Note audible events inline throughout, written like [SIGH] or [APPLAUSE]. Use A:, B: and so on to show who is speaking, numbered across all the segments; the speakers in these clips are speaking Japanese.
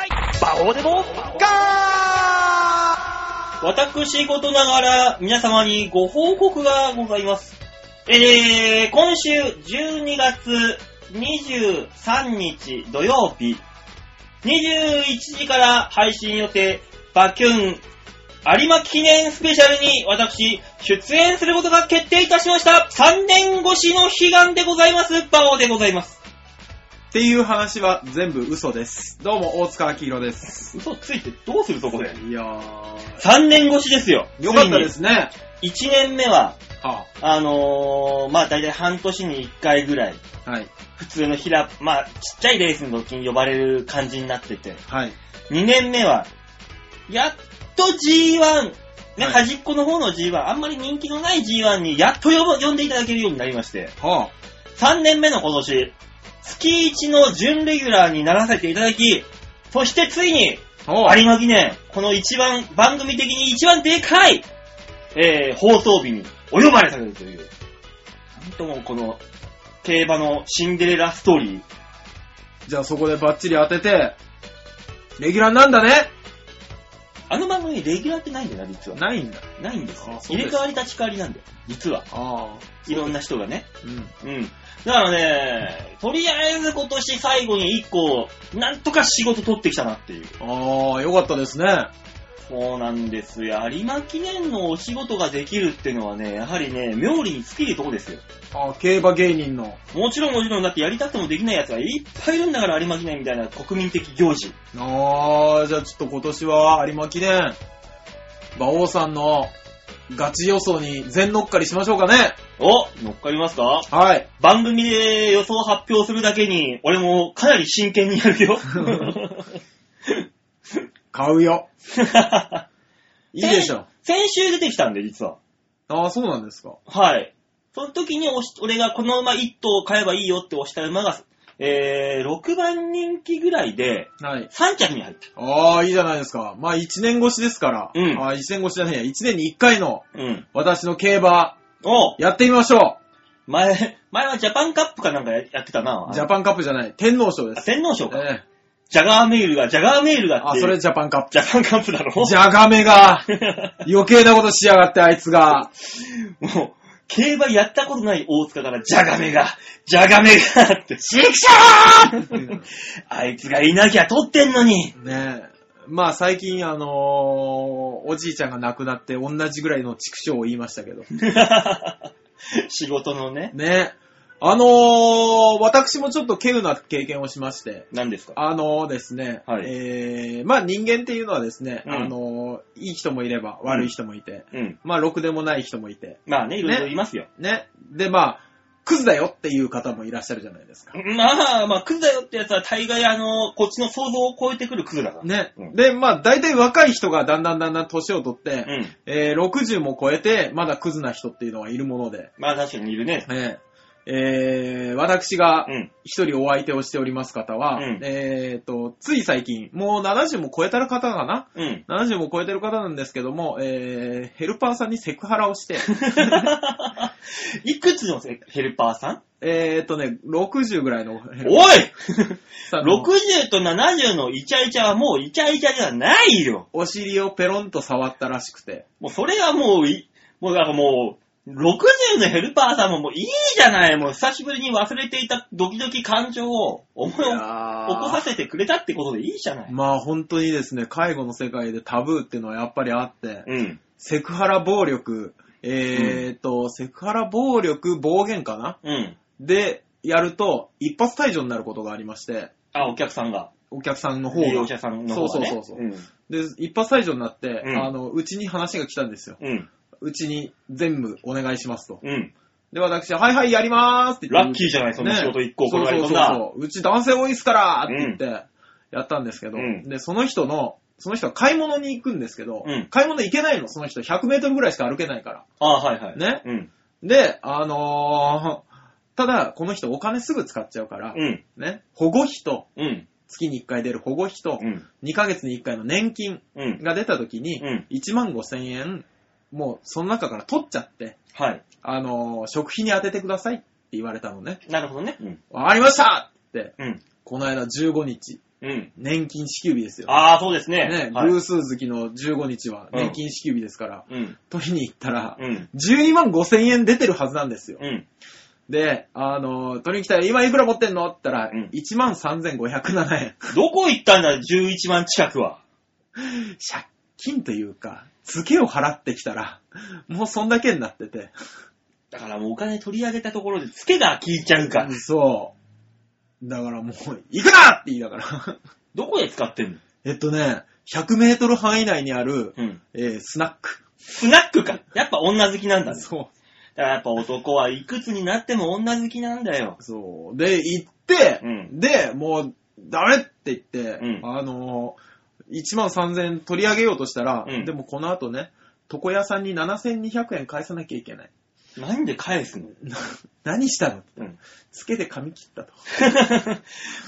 A: オデモ
B: ガー私事ながら皆様にご報告がございます。えー、今週12月23日土曜日、21時から配信予定、バキュン有馬記念スペシャルに私、出演することが決定いたしました。3年越しの悲願でございます。バオでございます。
C: っていう話は全部嘘です。どうも、大塚明宏です。
B: 嘘ついてどうするそこで。
C: いやー、
B: 3年越しですよ。
C: よかったですね。
B: ついに。1年目は、
C: は
B: あのー、まあ大体半年に1回ぐらい、
C: あ、はい、
B: 普通の平、まあちっちゃいレースの時に呼ばれる感じになってて、
C: はい、
B: 2年目は、やっと G1、ね、
C: はい
B: 端っこの方の G1、あんまり人気のない G1 にやっと呼ば呼んでいただけるようになりまして、
C: は
B: 3年目の今年、月1の準レギュラーにならせていただき、そしてついに、
C: あ、はあ、
B: 有馬記念、この一番、番組的に一番でかい、えー、放送日にお呼ばれされるという。なんともこの、競馬のシンデレラストーリー。
C: じゃあそこでバッチリ当てて、レギュラーなんだね
B: あの番組レギュラーってないんだよな、実は。
C: ないんだ。
B: ないんですよ
C: あそう
B: 入
C: です
B: れ替わり立ち替わりなんだよ。実は。
C: あ
B: いろんな人がね。
C: あ、うん。
B: うん。だからね、とりあえず今年最後に一個、なんとか仕事取ってきたなっていう。
C: ああ、よかったですね。
B: そうなんですよ。有馬記念のお仕事ができるってのはね、やはりね、妙利に尽きるとこですよ。
C: ああ、競馬芸人の。
B: もちろんもちろん、だってやりたくてもできない奴がいっぱいいるんだから有馬記念みたいな国民的行事。
C: ああ、じゃあちょっと今年は有馬記念、馬王さんのガチ予想に全乗っかりしましょうかね。
B: お乗っかりますか
C: はい。
B: 番組で予想発表するだけに、俺もかなり真剣にやる [LAUGHS] よ。
C: 買うよ。いいでしょ。
B: 先週出てきたんで、実は。
C: ああ、そうなんですか。
B: はい。その時に押し俺がこの馬1頭買えばいいよって押した馬が、えー、6番人気ぐらいで、
C: はい。
B: 3着に入った。
C: ああ、いいじゃないですか。まあ、一年越しですから。
B: うん
C: ああ、一年越しじゃないや。一年に一回の
B: うん。
C: 私の競馬、
B: お
C: やってみましょ
B: 前、前はジャパンカップかなんかややってたな。
C: う。ジャパンカップじゃない。天皇賞で
B: あ
C: す。
B: 天皇賞か。
C: ええ
B: ジャガーメールが、ジャガーメールがって。
C: あ、それジャパンカップ。
B: ジャパンカップだろ
C: じゃがめが、余計なことしやがって、あいつが。
B: もう、競馬やったことない大塚から、じゃがめが、じゃがめがって、シクシャーあいつがいなきゃ取ってんのに。
C: ねえ。まあ最近、あのーおじいちゃんが亡くなって同じぐらいの畜生を言いましたけど。
B: 仕事のね、
C: ねえ。あのー私もちょっと稀有な経験をしまして。
B: 何ですか
C: あのですね、
B: はい
C: えー、まあ人間っていうのはですね、
B: うん
C: あの、いい人もいれば悪い人もいて、
B: うん。
C: まあろくでもない人もいて、
B: まあね、いろいろいますよ。
C: ね。で、まあ、クズだよっていう方もいらっしゃるじゃないですか。
B: まあ、まあ、クズだよってやつは大概あの、こっちの想像を超えてくるクズだから。
C: ね
B: うん。
C: で、まあ大体若い人がだんだんだんだん年を取って、
B: うん。
C: えー60も超えて、まだクズな人っていうのはいるもので、
B: まあ確かにいるね。
C: ねえー私が
B: うん。
C: 一人お相手をしております方は、
B: うん
C: えーと、つい最近、もう70も超えたる方かな
B: うん。
C: 70も超えてる方なんですけども、えー、ヘルパーさんにセクハラをして、
B: [LAUGHS] いくつのヘヘルパーさん
C: えーっとね、60ぐらいのヘルパー
B: お [LAUGHS] い
C: さんの
B: !60 と70のイチャイチャはもうイチャイチャじゃないよ
C: お尻をペロンと触ったらしくて、
B: もうそれはもうい、もうなんかもう、60のヘルパーさんももういいじゃないもう久しぶりに忘れていたドキドキ感情を思い起
C: いや
B: こさせてくれたってことでいいじゃない
C: まあ本当にですね、介護の世界でタブーっていうのはやっぱりあって、
B: うん。
C: セクハラ暴力、えーっと、セクハラ暴力暴言かな
B: うん。
C: で、やると、一発退場になることがありまして、
B: あ、お客さんが。
C: お客さんの方
B: 利用
C: が。
B: 者さんの方が、ね。。
C: そうそうそうそうんで、一発退場になって、
B: うん
C: あの、うちに話が来たんですよ。
B: うん。
C: うちに全部お願いしますと。
B: うん。
C: で、私は、はいはい、やりまーすって言って。
B: ラッキーじゃない、その仕事
C: ね
B: 一個
C: そう
B: 転がり
C: そう
B: 込
C: そ
B: んだ。
C: うそう。うち男性多いっすからーって言って、やったんですけど、
B: うん
C: で、その人の、その人は買い物に行くんですけど、
B: うん
C: 買い物行けないの、その人。100メートルぐらいしか歩けないから。
B: あはいはい。
C: ね
B: うん。
C: で、あのー、ただ、この人お金すぐ使っちゃうから、
B: うん。
C: ね、保護費と、
B: うん。
C: 月に1回出る保護費と
B: う、ん。
C: 2ヶ月に1回の年金
B: うん。
C: が出た時に
B: うん、
C: 1万5千円、もうその中から取っちゃって、
B: はい。
C: あのー食費に当ててくださいって言われたのね。
B: なるほどね。うん。
C: わかりましたって、
B: うん。
C: この間15日、
B: うん。
C: 年金支給日ですよ。
B: ああ、そうですね。
C: ね、
B: はい
C: 偶数月の15日は年金支給日ですから、
B: うん。
C: 取りに行ったら、
B: うん。
C: 12万5千円出てるはずなんですよ。
B: うん。
C: で、あの、取りに来たら、今いくら持ってんのって言ったら、
B: うん
C: 1万3507円。
B: どこ行ったんだ、11万近くは。
C: 借金というか、付けを払ってきたら、もうそんだけになってて。
B: だからもうお金取り上げたところで、ツケが効いちゃうか
C: う。んそう。だからもう、行くなって言いながら。
B: どこで使ってんの
C: えっとね、100メートル範囲内にある、
B: うん。
C: えースナック。
B: スナックか。やっぱ女好きなんだね。
C: そ
B: だからやっぱ男はいくつになっても女好きなんだよ。
C: う。そう。で、行って、
B: うん
C: で、もう、ダメって言って、
B: うん
C: あのー、1万3000円取り上げようとしたら、
B: うん
C: でもこの後ね、床屋さんに7200円返さなきゃいけない。 [LAUGHS]
B: なんで返すの
C: な何したの
B: [LAUGHS] うん。
C: つけて髪切ったと。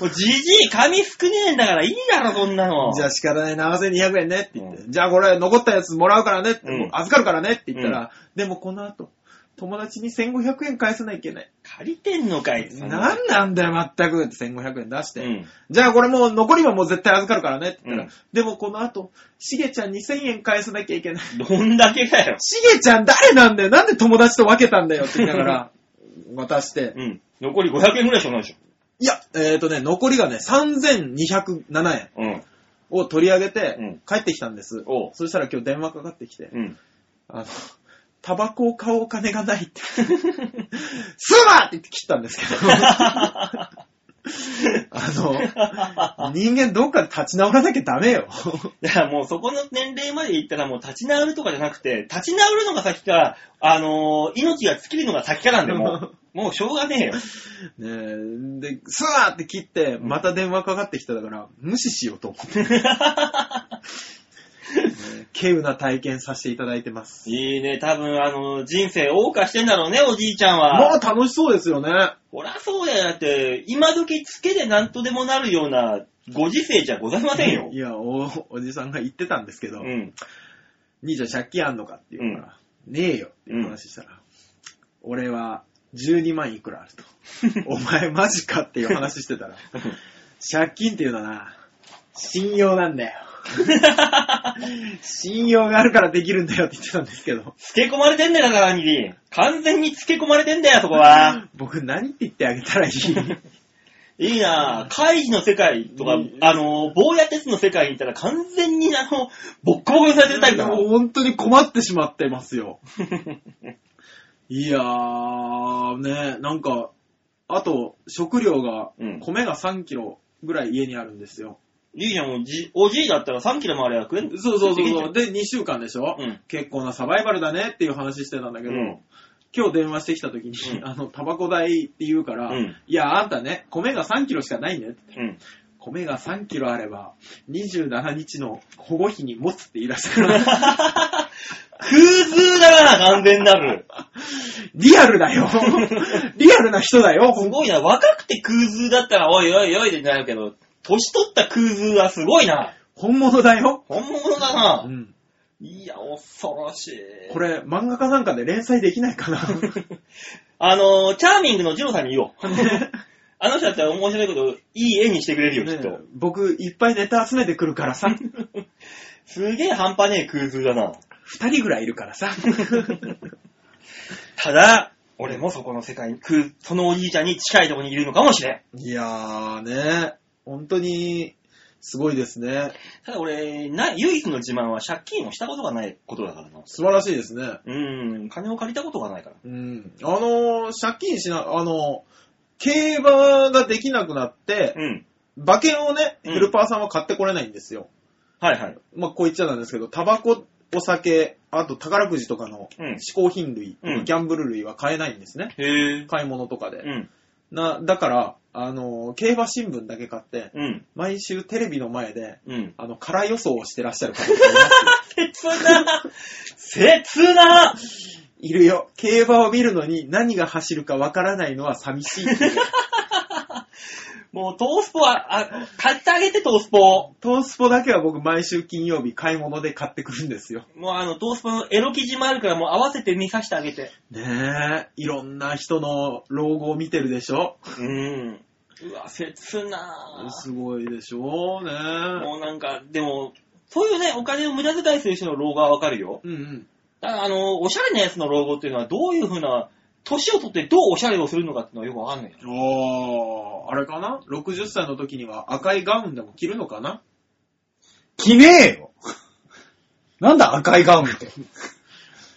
B: もうじじい、髪少ねえんだからいいだろ、そんなの。
C: じゃあ仕方ない、7200円ねって言って、
B: う
C: じゃあこれ残ったやつもらうからねって、
B: うん
C: 預かるからねって言ったら、でもこの後、友達に1500円返さなきゃいけない。
B: 借りてんのかい。そんな
C: なんなんだよ、全くって1500円出して、
B: うん。
C: じゃあこれもう残りはもう絶対預かるからねって言ったら、
B: うん
C: でもこの後、しげちゃん2000円返さなきゃいけない。
B: どんだけだよ。
C: しげちゃん誰なんだよなんで友達と分けたんだよって言いなが
B: [LAUGHS]
C: ら、渡して。
B: うん。残り500円ぐらいしかないでし
C: いや、えっ、とね、残りがね、3207円
B: ょ。うん。
C: を取り上げて
B: うん、
C: 帰ってきたんです。
B: おう
C: そしたら今日電話かかってきて、
B: [LAUGHS] うん。
C: あの、タバコを買うお金がないって。 [LAUGHS] すまんって言って切ったんですけど。
B: [LAUGHS]
C: あの、人間どっかで立ち直らなきゃダメよ。
B: だからもうそこの年齢までいったらもう立ち直るとかじゃなくて、立ち直るのが先か、あのー命が尽きるのが先かなんで、
C: [LAUGHS]
B: もう。もうしょうがねえよ。
C: ねえで、すまんって切って、また電話かかってきただから、無視しようと思
B: [LAUGHS]
C: って。稀有な体験させていただいてます。
B: いいね、多分あのー人生謳歌してんだろうね、おじいちゃん
C: も
B: は。
C: う楽しそうですよね。
B: ほらそうだよ、だって、今時つけでなんとでもなるようなご時世じゃございませんよ
C: い。や、お、おじさんが言ってたんですけど、
B: うん。
C: 兄ちゃん借金あんのかって言うから、ねえよっていう話したら、俺は12万いくらあると。お前マジかっていう話してたら、借金っていうのはな、信用なんだよ。信用があるからできるんだよって言ってたんですけど、
B: つけ込まれてんだよ、だから、兄貴。完全につけ込まれてんだよ、そこは。
C: 僕何って言ってあげたらいい
B: いいなぁ。会議の世界とか
C: いい、
B: あのー、坊や鉄の世界にいたら完全に、あの、ボッコボコにされてるタイプだな。 [LAUGHS]
C: もう本当に困ってしまってますよ。いやー、ね、なんか、あと、食料が
B: うん、
C: 米が3キロぐらい家にあるんですよ。
B: いいじゃん、もうじ、おじいだったら3キロもあれば食えん
C: そうそうそう
B: う
C: そう。で、2週間でしょ、
B: うん
C: 結構なサバイバルだねっていう話してたんだけど、
B: うん
C: 今日電話してきた時に、
B: うん
C: あの、タバコ代って言うから、
B: うん
C: いや、あんたね、米が3キロしかないねって。
B: [LAUGHS] うん。
C: 米が3キロあれば、27日の保護費に持つって言い出した [LAUGHS] から、
B: 空通だな、完全なる。
C: リアルだ [LAUGHS] よリアルな人だよ
B: すごいな、若くて空通だったら、おいおいおいでなるけど、年取った空通はすごいな。
C: 本物だよ、
B: 本物だ
C: う
B: な。
C: ん、
B: いや、恐ろしい。
C: これ、漫画家なんかで連載できないかな
B: [LAUGHS] あのー、チャーミングのジローさんに言おう。あの人だったら面白いこと、いい絵にしてくれるよ、きっ
C: ね
B: と。
C: 僕、いっぱいネタ集めてくるから [LAUGHS] さ、
B: すげえ半端ねえ空通だな。
C: 2人ぐらいいるからさ。
B: ただ、俺もそこの世界に、空そのおじいちゃんに近いところにいるのかもしれん。
C: いやーね、本当にすごいですね。
B: ただ俺、な、唯一の自慢は借金をしたことがないことだからな。
C: 素晴らしいですね。
B: うん、金を借りたことがないから。
C: うん。あのー、借金しな、あのー、競馬ができなくなって、
B: うん。
C: 馬券をね、
B: うん
C: ヘルパーさんは買ってこれないんですよ。
B: はいはい。
C: まあ、こう言っちゃなんですけど、タバコ、お酒、あと宝くじとかの
B: うん
C: 嗜好品類、
B: うん
C: ギャンブル類は買えないんですね。
B: へえ。
C: 買い物とかで。
B: うん、
C: な、だから、あのー、競馬新聞だけ買って、
B: うん、
C: 毎週テレビの前で、
B: うん。
C: あの、空予想をしてらっしゃる方がいます。
B: 切 [LAUGHS] な [LAUGHS] 切ない
C: るよ。競馬を見るのに何が走るかわからないのは寂しい。
B: もうトースポは、あ、買ってあげてトースポ。
C: トースポだけは僕毎週金曜日買い物で買ってくるんですよ。
B: もうあの、トースポのエロ記事もあるからもう合わせて見させてあげて。
C: ねえ、いろんな人の老後を見てるでしょ
B: うん。うわ、切なぁ
C: すごいでしょうね。
B: もうなんか、でも、そういうね、お金を無駄遣いする人の老後はわかるよ。
C: うんうん。
B: ただあの、おしゃれなやつの老後っていうのはどういうふうな、年を取ってどうおしゃれをするのかっていうのはよくわかんないよ。
C: ああ、あれかな ?60 歳の時には赤いガウンでも着るのかな
A: 着ねえよなんだ赤いガウンって。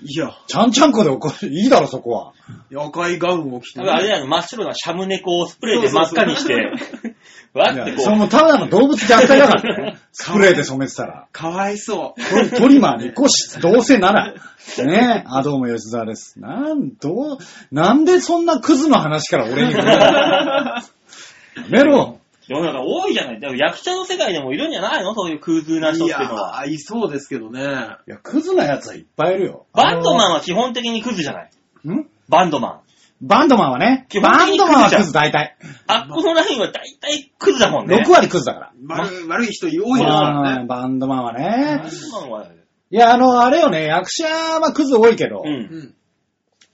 C: いや、
A: ちゃんちゃんこで怒る。いいだろ、そこは。
C: 赤いガウンを着て
B: だ
C: ね、
B: からあれだよ、真っ白なシャム猫をスプレーで真っ赤にして、わ
A: い
B: っ
A: や
B: て
A: そ
B: こ
A: れもただの動物虐待だから
B: [LAUGHS]
A: ね。スプレーで染めてたら。
C: かわいそう。
A: トリトリマーに越し、どうせなら。ねえ、あ、どうも吉沢です。なん、どう、なんでそんなクズの話から俺に来るのやめろ。
B: う、世の中多いじゃない。でも役者の世界でもいるんじゃないのそういう空通な人
C: い
B: っていうのは。
C: やー、いそうですけどね。
A: いや、クズな奴はいっぱいいるよ。
B: バンドマン
A: ン
B: は基本的にクズじゃない。
A: ん
B: バンドマン。
A: バンドマンはね
B: 基、本
A: バ
B: 的
A: ン
B: に
A: ドマンは
B: ク
A: ク
B: ズ
A: ズ大体。
B: あっこのラインは大体クズだもんね。
A: 6割クズだから。
C: 悪い、悪い人多いですから
A: うん
C: ね。
A: バンドマンは
B: バ
A: ね。
B: ンドマンは、
A: いや、あの、あれよね、役者はクズ多いけど、
B: うん。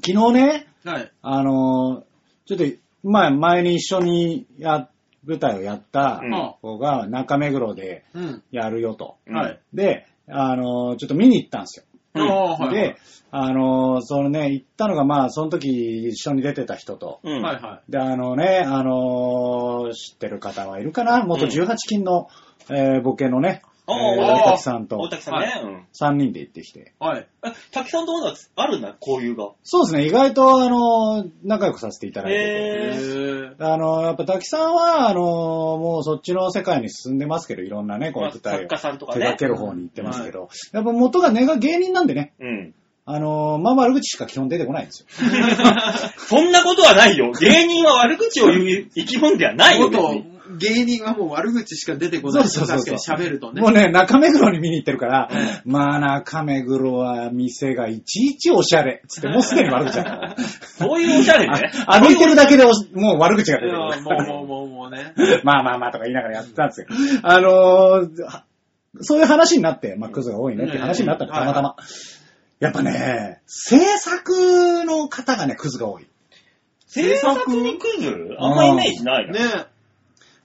A: 昨日ね、
C: うん。はい。
A: あのーちょっと、まあ、前に一緒にや、舞台をやった
B: うん
A: 子が中目黒で
C: うん。
A: やるよと。
B: うん
C: はい。
A: で、あのーちょっと見に行ったんですよ。
B: うん
C: あーはいはい
A: で、あのーそのね、行ったのが、まあ、その時一緒に出てた人と、
B: うん。
C: はいは
A: で、あのね、あのー知ってる方はいるかな元
B: うん
A: 18金の、えーボケのね、
B: あ
A: えー
B: ー
A: 大滝さん
B: 大
A: と
B: 滝さんね。うん。
A: 3人で行ってきて。
C: い。はい。
B: え、滝さんとまだあるんだ、交流が。
A: そうですね、意外と、あのー仲良くさせていただいてて。
B: へ
C: へ
B: ー
C: ー
A: あの、やっぱ滝さんは、あの、もうそっちの世界に進んでますけど、いろんなね、こう
B: まあ
A: 舞台を
B: 作家
A: 手
B: さんとかね
A: 掛。ける方に行ってますけど、やっぱ元が根が芸人なんでね、
B: うん。
A: あの、まあ悪口しか基本出てこないんですよ。
B: そんなことはない [LAUGHS] よ。芸人は悪口を言う生き物ではないよ。別
C: 元
B: に
C: 芸人はもう悪口しか出てこない。
A: そうそうそうそう
C: 確かに喋るとね。
A: もうね、中目黒に見に行ってるから、まあ中目黒は店がいちいちおしゃれ、つってもうすでに悪口だ
B: [LAUGHS]
A: から。
B: そういうおしゃれね。
A: あ歩いてるだけでおもう悪口が
C: い
A: 出て
C: や
A: くる。
C: もうもうもうもうね。
A: [LAUGHS] まあまあまあとか言いながらやってたんですよ。あのーはそういう話になって、まあクズが多いねっていう話になったの、
C: うん
A: たまたま。やっぱね、制作の方がね、クズが多い。
B: 制作にクズあんまイメージないな。
C: ね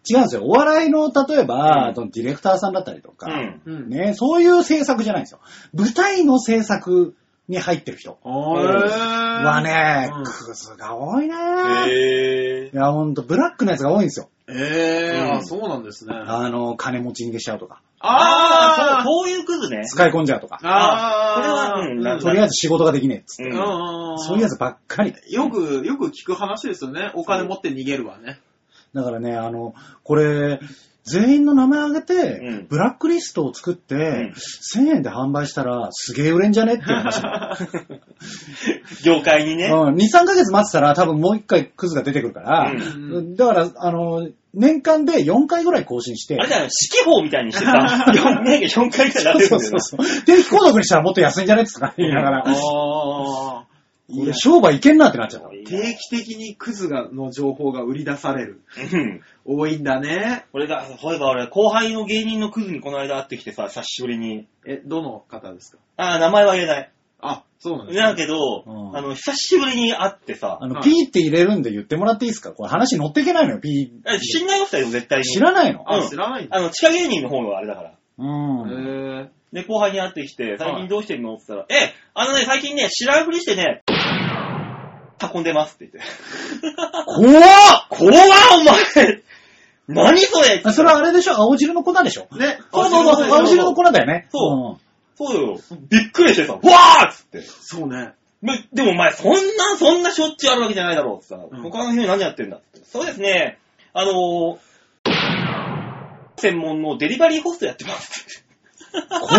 A: 違うんですよ。お笑いの、例え
B: うん
A: ば、あとディレクターさんだったりとか、
B: うん。
C: うん。
A: ね、そういう制作じゃないんですよ。舞台の制作に入ってる人
C: あれ
A: はね、
C: うん
A: クズが多いね。
B: へ
A: いや、ほんと、ブラックなやつが多いんですよ。
C: え
B: うん
C: ー、あ、そうなんですね。あ
A: あの、金持ちにしちゃうとか、
B: ああ、
C: ー
B: そう、そういうクズね。
A: 使い込んじゃうとか、
C: あ
B: あー
C: ー
B: これはうんなるほ
A: とりあえず仕事ができねえっつって。
B: うん
C: うん
A: そういうやつばっかり。
C: よく、よく聞く話ですよね。お金持って逃げるわね。
A: だからね、あの、これ、全員の名前挙げて、
B: うん
A: ブラックリストを作って、
B: ん
A: 1000円で販売したら、すげえ売れんじゃねっていう話。
B: [LAUGHS] 業界に [LAUGHS]
A: う
B: ね。
A: ん、2、3ヶ月待ってたら、多分もう1回クズが出てくるから、
B: うん
A: だから、あの、年間で4回ぐらい更新して
B: あ、れだよ、四季法みたいにして [LAUGHS] さ、4回くらいやってる
A: そ
B: ん
A: う
B: だよ
A: そ
B: な
A: う。そう。定期購読にしたらもっと安いんじゃねっつとか言いなが
C: あ
A: ら、
C: あ。い
A: 俺
C: や、
A: 商売いけんなってなっちゃった。
C: 定期的にクズが、の情報が売り出される。
B: うん
C: 多いんだね。
B: 俺が、そういえば俺、後輩の芸人のクズにこの間会ってきてさ、久しぶりに。
C: え、どの方ですか
B: ああ、名前は言えない。
C: あ、そうなんです
B: だけど、
A: うん
B: あの、久しぶりに会ってさ
A: あ、の、
C: はい
A: ピーって入れるんで言ってもらっていいですかこれ話乗っていけないのよ、ピ
B: え
A: ー。
B: 信頼をしたよ、絶対に。
A: 知らないの
C: あ、
B: うん
C: 知らないんだ。
B: あの、地下芸人の方があれだから。
A: うん。
C: へ
B: で、後輩に会ってきて、最近どうしてんのって言ったら、え、あのね、最近ね、知らんふりしてね、運んでます
A: [LAUGHS]
B: って言って。
A: 怖っ
B: 怖っお前何それ
A: あそれはあれでしょ青汁の粉でしょ
C: ーね、
A: そうそうそう、青汁の粉だよね。
B: そ
A: そ
B: そうよ。びっくりしてさ、わーっつって。
C: そうね。
B: までもお前、そんな、そんなしょっちゅうあるわけじゃないだろうってさ、
C: うん
B: 他の人に何やってんだって。そうですね、あのー、専門のデリバリーホストやってます。 [LAUGHS]
A: う。怖っ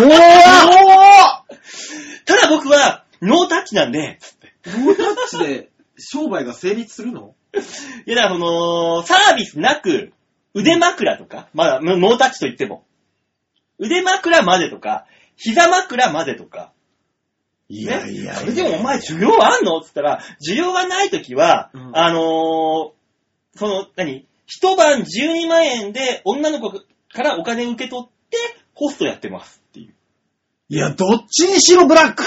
A: た
B: だ僕は、ノータッチなんで、
C: ノータッチで商売が成立するの
B: いやだからその、サービスなく、腕枕とか、まだ、ノータッチと言っても、腕枕までとか、膝枕までとか、
A: い
B: ね。
A: やいや。
B: それでもお前需要あんのって言ったら、需要がないときは、
C: うん
B: あのーその、何一晩12万円で女の子からお金受け取って、ホストやってますっていう。
A: いや、どっちにしろブラック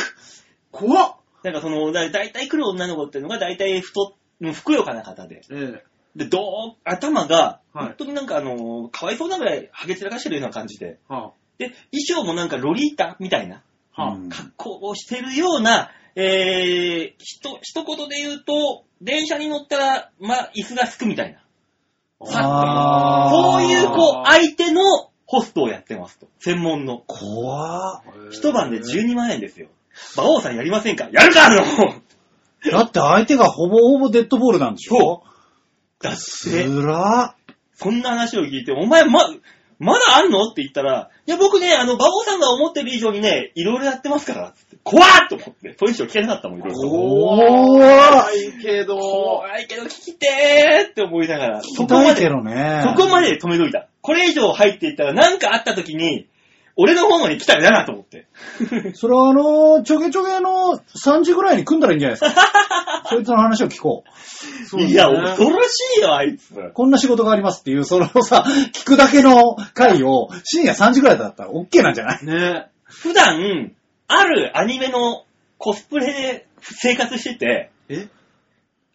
C: 怖っ
B: なんかその、だだいたい来る女の子っていうのがだいたい太っ、ふくよかな方で。
C: ええ。
B: で、どー、頭が、
C: はい
B: 本当になんかあのーかわいそうなぐらいハゲ散らかしてるような感じで。
C: は
B: で、衣装もなんかロリータみたいな
C: あ、はあ、
A: うん
B: 格好をしてるような、えー、ひと、一言で言うと、電車に乗ったら、まあ、椅子がすくみたいな。
A: あ
B: こ
A: ー
B: ういう、こう、相手のホストをやってますと。専門の。
A: 怖っ
B: 一晩で12万円ですよ。馬王さんやりませんかやるかの
A: だって相手がほぼほぼデッドボールなんでしょ
B: だって、
A: つら
B: そんな話を聞いて、お前ま、まだあんのって言ったら、いや僕ね、あの、馬王さんが思ってる以上にね、いろいろやってますから、つって怖っと思って、そういう人聞けなかったもん、いろいろ。
C: 怖いけど、
B: 怖いけど聞きてーって思いながら、そ
A: 聞き
B: こ
A: た
B: ま
A: いけ
B: で、
A: どね。
B: そこまで止めといた。これ以上入っていったら、なんかあった時に、俺の方まで来たら嫌だと思って。
A: それはあのー、ちょげちょげの3時ぐらいに組んだらいいんじゃないですか。そいつの話を聞こう。
C: うだね
B: いや、恐ろしいよ、あいつ。
A: こんな仕事がありますっていう、そのさ、聞くだけの回を深夜3時ぐらいだったら OK なんじゃない
C: ね、
B: 普段、あるアニメのコスプレで生活してて、
C: え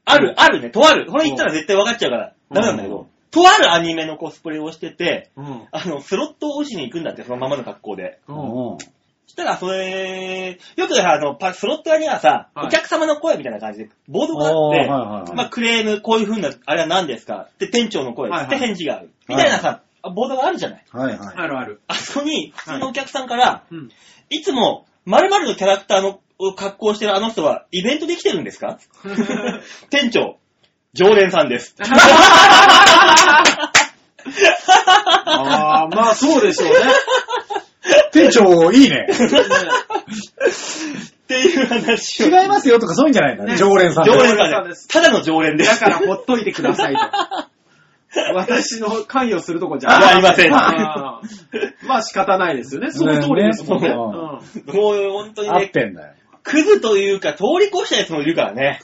B: ある、あるね、とある。これ言ったら絶対分かっちゃうから、
C: うん
B: ダメなんだけど、とあるアニメのコスプレをしてて、
C: うん。
B: あの、スロットを押しに行くんだって、そのままの格好で。
C: うん。
A: うん
B: そしたら、それ、よくさあの、パスロット屋にはさ、
C: はい
B: お客様の声みたいな感じで、ボードが
A: あーはい
B: あ
A: は
B: っ
A: い
B: て、
A: はい
B: まあ、クレーム、こういう風な、あれは何ですかって店長の声、
C: はいはい
B: って返事がある。みたいなさ、ボードがあるじゃない。
A: はいはい。
C: あるある。
B: あそこに、普通のお客さんから、
C: うん。
B: いつも、〇〇のキャラクターの格好をしてるあの人は、イベントで来てるんですか店長、常連さんです。
C: ああ、まあそうでしょうね。
A: 店長、いいね。
B: っていう話を。
A: [LAUGHS] 違いますよとかそういうんじゃないんだね。
C: ね
A: 常連さん
B: 常
A: で。
B: 連さんです。ただの常連です。
C: だからほっといてくださいと。私の関与するとこじゃ
B: いやありません
C: あーまあ仕方ないですよね。その通りですもんね。
A: ね
C: うん
B: もう本当に
A: 合っ
B: ね、
A: てんだよ。
B: クズというか、通り越したやつもいるからね。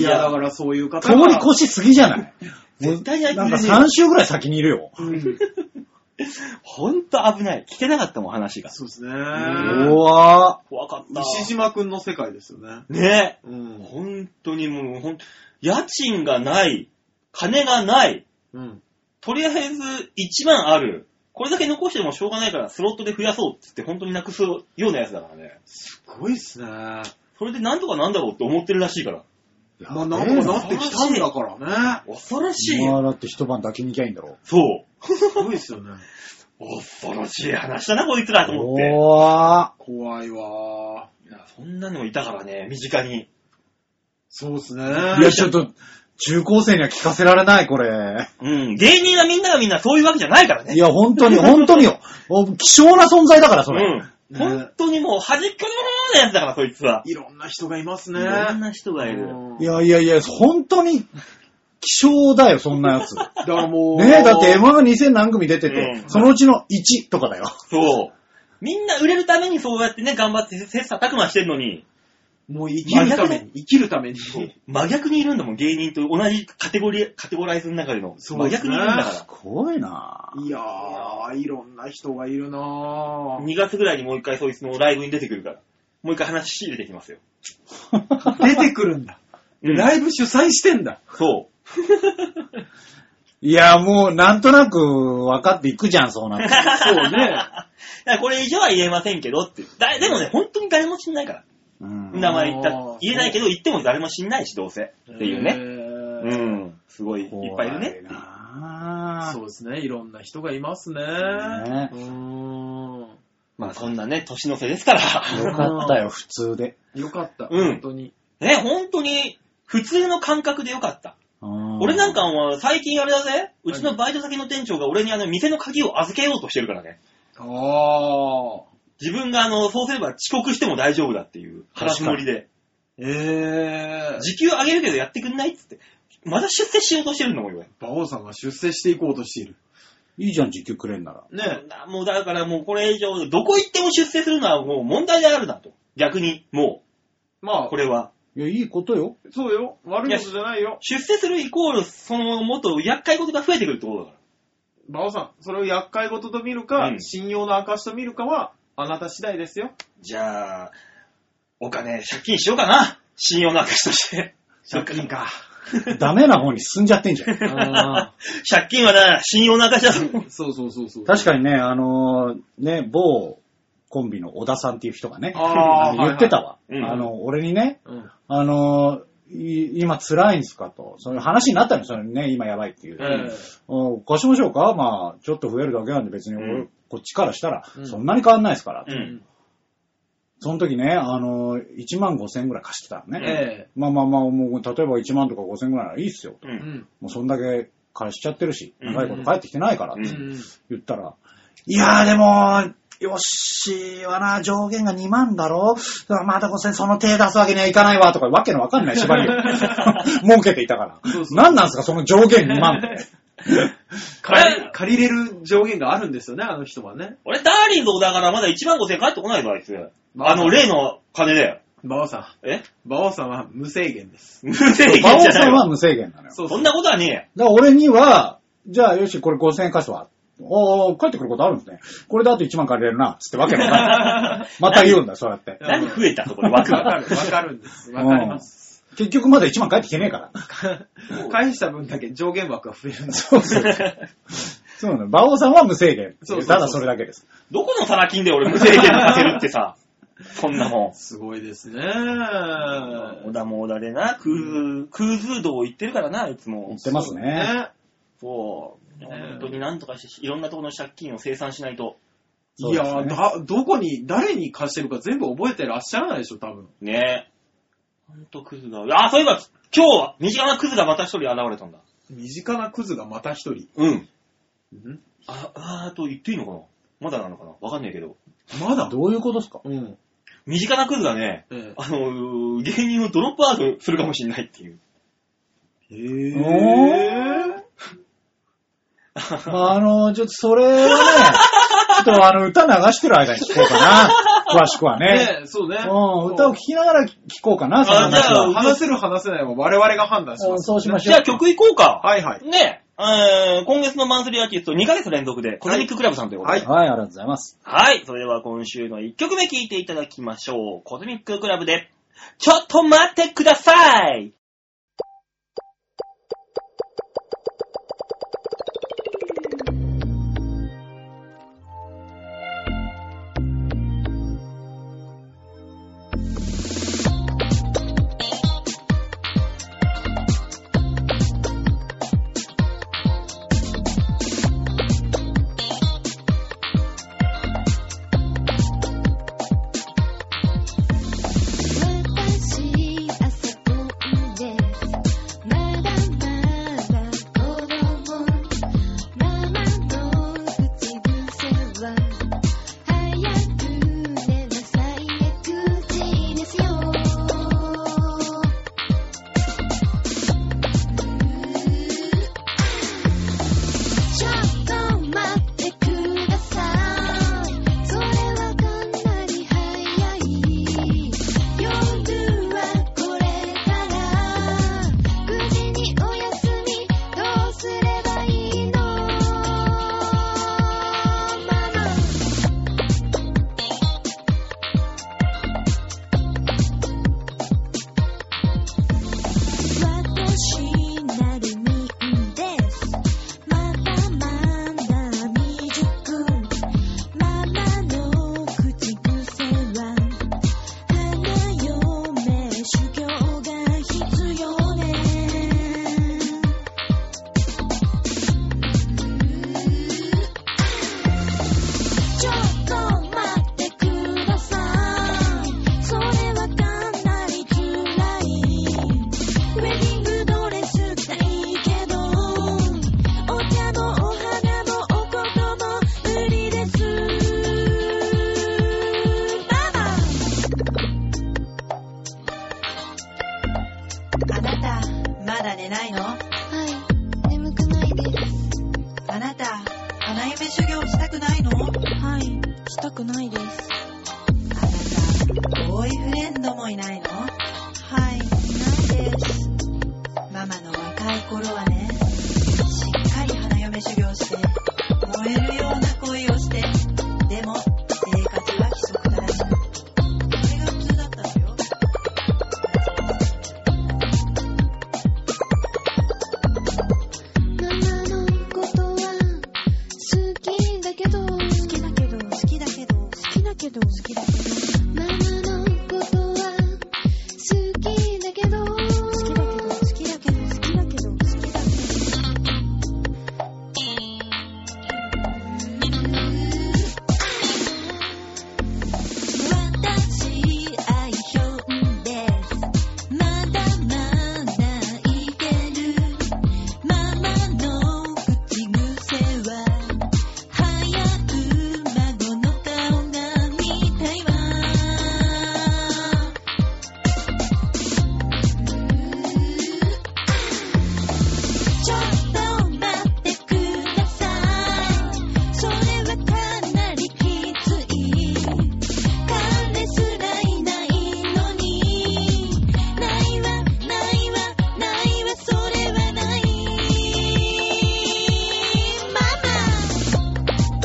C: いや、だからそういう方
A: 通
C: が
A: り越しすぎじゃない
B: 絶対にあいつ
A: なん
B: いる
A: か
B: よ
A: 3週ぐらい先にいるよ。
C: うん
B: 本当危ない。聞けなかったもん、話が。
C: そうです
A: う
C: ね。
A: わ
B: 怖かった。
C: 西島くんの世界ですよね。
B: ね
C: う
B: え。
C: ん。
B: 本当にもう、ほん家賃がない、金がない、
C: うん。
B: とりあえず1万ある。これだけ残してもしょうがないからスロットで増やそうって言って本当になくすようなやつだからね。
C: すごいっすね。ま
B: それでなんとかなんだろうって思ってるらしいから。
A: ぁ。
C: あなんとかなってきたんだからね。
B: 恐ろしい。
A: まあだって一晩抱きに行きゃいいんだろ
B: そう。
C: すごいっすよね。
B: 恐ろしい話だな、こいつらと
A: う。
B: 思っ
A: お
B: て。
A: わ
C: 怖いわ
B: いや、そんなのいたからね、身近に。
C: そうっすね。
A: ーいや、ちょっと、中高生には聞かせられない、
B: [LAUGHS]
A: これ。
B: うん。芸人がみんながみんなそういうわけじゃないから
A: い
B: ね。
A: や、本当に、本当によ。もう希少な存在だから、それ。
B: うん。本当にもう端っこの方のやつだから、そいつは。
C: いろんな人がいますね。
B: いろんな人がいる。
C: うん
A: いやいやいや、本当に、希少だよ、そんなやつ。ね
C: だからもう。
A: え、だって、M1 が2000何組出てて、
B: うん
A: そのうちの1とかだよ。
B: そう。みんな売れるためにそうやってね、頑張って切磋琢磨してんのに。
C: もう生きるために、生きるために。
B: 真逆にいるんだもん、芸人と同じカテゴリー、カテゴライズの中での。
C: そうですね
B: 真逆にいるんだか
A: 怖いない [LAUGHS]
C: やー、いろんな人がいるな
B: ら。
C: ぁ。
B: 2月ぐらいにもう一回そいつのライブに出てくるから。もう一回話仕入れてきますよ。
C: 出てくるんだ。
B: ライ
C: ライブ主催してんだ。
B: ブそう。
A: いや、もう、なんとなく、分かっていくじゃん、そうなって。
B: [LAUGHS]
C: そうね。
B: だからこれ以上は言えませんけどって。だでもね、本当に誰も知んないから。
A: うん
B: 名前言った
C: あー
B: 言えないけど、言っても誰も知んないし、どうせ。っていうね。う
C: ね。
B: ん。すごい、いっぱいいるねって
A: 怖
B: いう。
A: な
C: そうですね。いろんな人がいますね。
A: ね
C: うーん。
B: まあそんなね、年の瀬ですから。
A: よかったよ、普通で。
C: よかった。
B: うん
C: 本当に。
B: ね、本当に、普通の感覚でよかった。俺
A: 俺
B: なんかは最近あれだぜ、うちのバイト先の店長が俺にあの店の鍵を預けようとしてるからね。
C: ああ。
B: 自分があの、そうすれば遅刻しても大丈夫だっていう話盛りで。
C: ええ
B: 時給上げるけどやってくんないっつって。また出世しようとしてるのもよ。
C: 馬王さんが出世していこうとしている。
A: いいじゃん、時給くれんなら。
C: ね。
B: もうだからもうこれ以上、どこ行っても出世するのはもう問題であるなと。逆に、もう、
C: まあ
B: こ、れは。
A: いや、いいことよ。
C: そうよ。悪いことじゃないよ。
B: 出世するイコール、その、もっと厄介事が増えてくるってことだから。
C: 馬王さん、それを厄介事と見るか、
B: うん
C: 信用の証と見るかは、あなた次第ですよ。
B: じゃあ、お金、借金しようかな。信用の証として。
C: 借金か。
A: ダメな方に進んじゃってんじゃ
C: [LAUGHS]
A: ん。
C: あ
B: [LAUGHS] 借金はな、信用なかじゃん。
C: ー [LAUGHS] そうそうそうそう。
A: 確かにね、あのーね、某コンビの小田さんっていう人がね、
C: あー
A: の言ってたわ。
B: はいはいうん
A: あの、俺にね、
C: に。うん。
A: あのーい今辛いんすかと。そういう話になったのよ、それね、今やばいっていう。
B: うん
A: うん、貸しましょうかまあ、ちょっと増えるだけなんで別に、
B: うん
A: こっちからしたら
C: う、ん
A: そんなに変わんないですから。
B: う
C: うんん。
A: その時ね、あのー、1万5千ぐらい貸してたのね。
C: え
A: まあまあまあ、もう、例えば1万とか5千ぐらいならいいっすよ。
B: う。
C: え。うんん。
A: もうそんだけ貸しちゃってるし、
B: うん
A: 長いこと帰ってきてないから、
B: うん
A: 言ったら、いやーでも、よっしーはな、上限が2万だろまた5000その手出すわけにはいかないわ、とか、わけのわかんない
C: [LAUGHS]
A: 縛りを儲けていたから。
C: そうそう
A: 何なんすか、その上限2万って。
C: 借り借りれる上限があるんですよね、あの人はね。
B: 俺、ダーリンのだからまだ1万5千返ってこないぞ、あいつ。あの、例の金で。
C: 馬王さ
B: え
C: ん。馬王さんは無制限です。
B: 無制限じ
A: 馬王
B: ゃな
A: さ
B: い
A: んは
B: わ。
A: 無制限なのよ。
C: そう
B: そ
C: そ
B: ん
C: う。
B: なことはね
A: だから俺には、じゃあよし、これ5000円貸すわ。おー、帰ってくることあるんですね。これであと1万借りれるな、つってわけのわかん
C: [LAUGHS]
A: ない。また言うんだ、そうやって
B: え。。何増えたそこで枠
C: わか
B: が。
C: る、わかるんです。わかります。 [LAUGHS]
A: 結局まだ1万返ってきてねえから。
C: 返した分だけ上限枠が増えるんです。
A: そうそう。そうなの。馬王さんは無制限。
C: そうそうそう
A: ただそれだけです。
B: どこのサラ金で俺無制限にさせるって [LAUGHS] さ。そんなもん。
C: [LAUGHS] すごいですね。
B: 小田も小田でな、空ー空空道行ってるからな、いつも
A: 言っ。てますね。
B: そう。本当になんとかして、いろんなところの借金を清算しないと。
A: そ
C: いう
A: です
C: や
A: ね
C: ーだ、どこに、誰に貸してるか全部覚えてらっしゃらないでしょ、多分。
B: ねえ。ほんとクズが。あ、そういえば、今日は、身近なクズがまた一人現れたんだ。
C: 身近なクズがまた一人。
B: うん。
C: ん
B: あ、あーと言っていいのかなまだなのかなわかんないけど。
C: まだ
A: どういうことですか
C: うん。
B: 身近なクズがね、
C: え
B: あのー、芸人をドロップアウトするかもしれないって [LAUGHS] いう。
C: え。
A: おまあ、あの、ちょっとそれはね、 [LAUGHS] ちょっとあの、歌流してる間に聞こうかな。詳しくはね。
C: ねえ、そうね。
A: うん、歌を聴きながら聞こうかな、その
B: あじゃ
A: 話
B: あ
A: は。
C: 話せる話せないは我々が判断し
A: う
C: ま
A: ん
C: す。
A: そうしまし
B: じゃ
A: ょ
B: あ曲いこうか。
C: はいはい。
B: ねえ、えー今月のマンスリーアーティスト2ヶ月連続で、コナミッククラブさんということで。
C: は
A: う。はい、ありがとうございます。
B: はい。それでは今週の1曲目聴いていただきましょう。コズミッククラブで、ちょっと待ってください
D: 私汗こんでまだまだ子供ママの口癖は早く寝なさいね口ですよちょっと待ってくださいそれはかなり早い夜はこれから9時にお休みどうすればいいのママ私なるみんですまだまだ未熟ママの口癖は花嫁修行が必要ねちょっと待ってくださいそれはかなり辛いウェディングドレスがいいけどお茶もお花もおことも無理ですマ
E: あなた、まだ寝ないの
D: マはい眠くないです
E: あなた、花嫁修行したくないのあな
D: はいしたくないです
E: た、ボーイフレンドもいないの
D: はいないです
E: ママの若い頃はね、しっかり花嫁修行して、燃えるような恋をして、でも、生活は規則正しく。それが普通だったのよ。
D: ちょっと待ってくださいそれはかなりきつい彼すらいないのにないわないわないわそれはないママ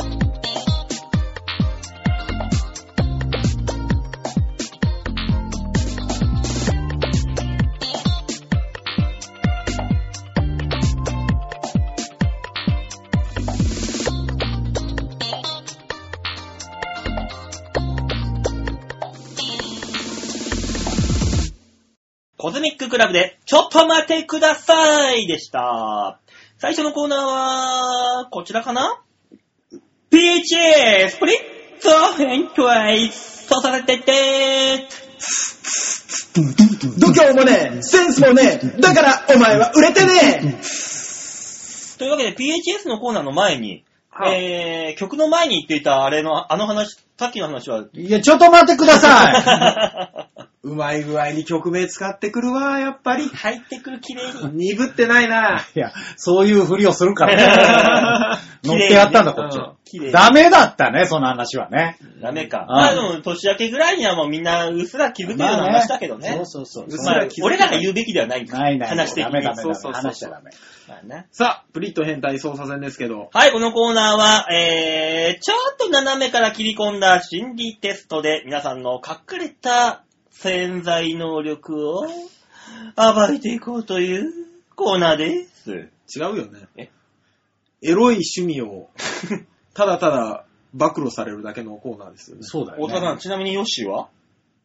B: コズミッククラブで、ちょっと待ってくださいでした。最初のコーナーは、こちらかなピーチスプリットフェントワイそうされてて
C: 度胸もねえ、センスもねえ、だからお前は売れてね
B: というわけで PHS のコーナーの前に、
C: はい
B: えー、曲の前に言っていたあれの、あの話、さっきの話は、
A: いや、ちょっと待ってください
C: えうまい具合に曲名使ってくるわ、やっぱり。
B: [LAUGHS] 入ってくる綺麗に。
C: 鈍ってないな。
A: いや、そういうふりをするからね。乗ってやったんだ、こっちは。
B: 綺麗に。
A: ダメだったね、その話はね。
B: ダメか。
A: ん
B: まあでも、年明けぐらいにはもうみんな、うっすら気づくような話だけどね。
A: そうそう
C: う
A: そう。
C: っす
B: まあ
C: ら気づく
B: 俺らが言うべきではないんです
A: ないない。
B: 話的
A: ダ
B: に。
A: メダメダ
C: そう
A: メ
C: そうそう。
A: 話しちゃダメ。
B: まあね
C: さあ、プリット変態操作戦ですけど。
B: はい、このコーナーは、えー、ちょっと斜めから切り込んだ心理テストで、皆さんの隠れた潜在能力を暴いていこうというコーナーです。
C: 違うよね。
B: え
C: エロい趣味 [LAUGHS] を、ただただ暴露されるだけのコーナーですよね。
A: そうだ
B: 大田さ
A: よ
B: ん、
A: ね。
B: ちなみにヨッシーは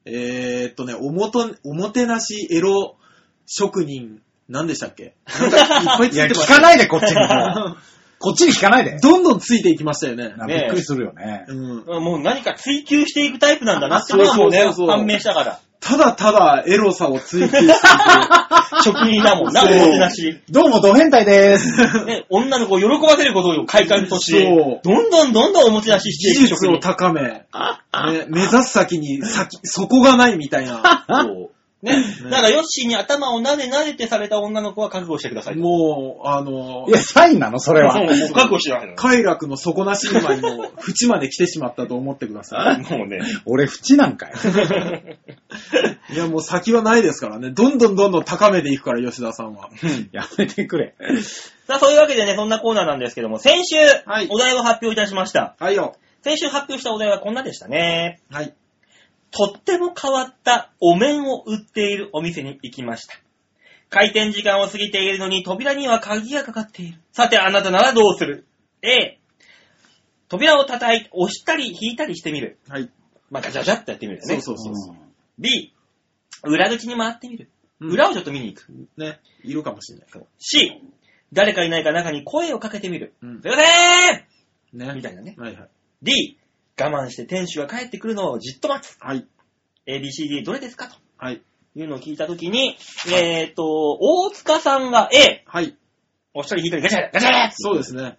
C: えー、っとね、おもと、おもてなしエロ職人、何でしたっけなんかいっぱいつ
A: いや、
C: いてま
A: 聞
C: したよ。
A: かないで、こっちにもう。こっちに聞かないで。
C: どんどんついていきましたよね。
A: なび
B: ねえ
A: っくりするよね。
C: うん。
B: もう何か追求していくタイプなんだなってことはもうね、
C: そうそうそうそう
B: 判明したから。
C: ただただエロさを追求していく。
B: 職人だもんな、お
C: そう
B: もてなし。
A: どうも、ド変態でー
C: [LAUGHS]
A: す。
B: ね、女の子を喜ばせることを快感として
C: そう、
B: どんどんどんどんおもてなししていく
C: 技
B: 職
C: 術を
B: 人。
C: 高め、ね、目指す先に先、底がないみたい [LAUGHS] な。
B: そうね、だからヨッシーに頭をなでなでてされた女の子は覚悟してください。
C: もう、あの
A: い、や、サインなの、それは。
B: もう覚悟してないの。
C: 快楽の底なし今にも、縁まで来てしまったと思ってくださ
B: もうね。
A: 俺、縁なんかよ。
C: い。 [LAUGHS] いや、もう先はないですからね。どんどんどんどん高めていくから、吉田さんは。
A: やめてくれ。
B: さあ、そういうわけでね、そんなコーナーなんですけども、先週、
C: はい
B: お題を発表いたしました。
C: はいよ。
B: 先週発表したお題はこんなでしたね。
C: はい。
B: とっても変わったお面を売っているお店に行きました。開店時間を過ぎているのに扉には鍵がかかっている。さてあなたならどうする ?A、扉を叩いて、押したり引いたりしてみる。
C: はい。
B: まあ、ガチャガチャってやってみるよね。
C: そうそうそうそう。
B: B、裏口に回ってみる。
C: うん
B: 裏をちょっと見に行く。
C: ね。いるかもしれない。
B: C、誰かいないか中に声をかけてみる。
C: うん
B: すいません
C: ね。
B: みたいなね。
C: はいはい。
B: !D、我慢して店主が帰ってくるのをじっと待つ。
C: はい。
B: ABCD どれですかと
C: はい。
B: いうのを聞いたときに、えっ、と、大塚さんが A、
C: はい。
B: お一人引いたりガチャガチャガチャ
C: そうですね。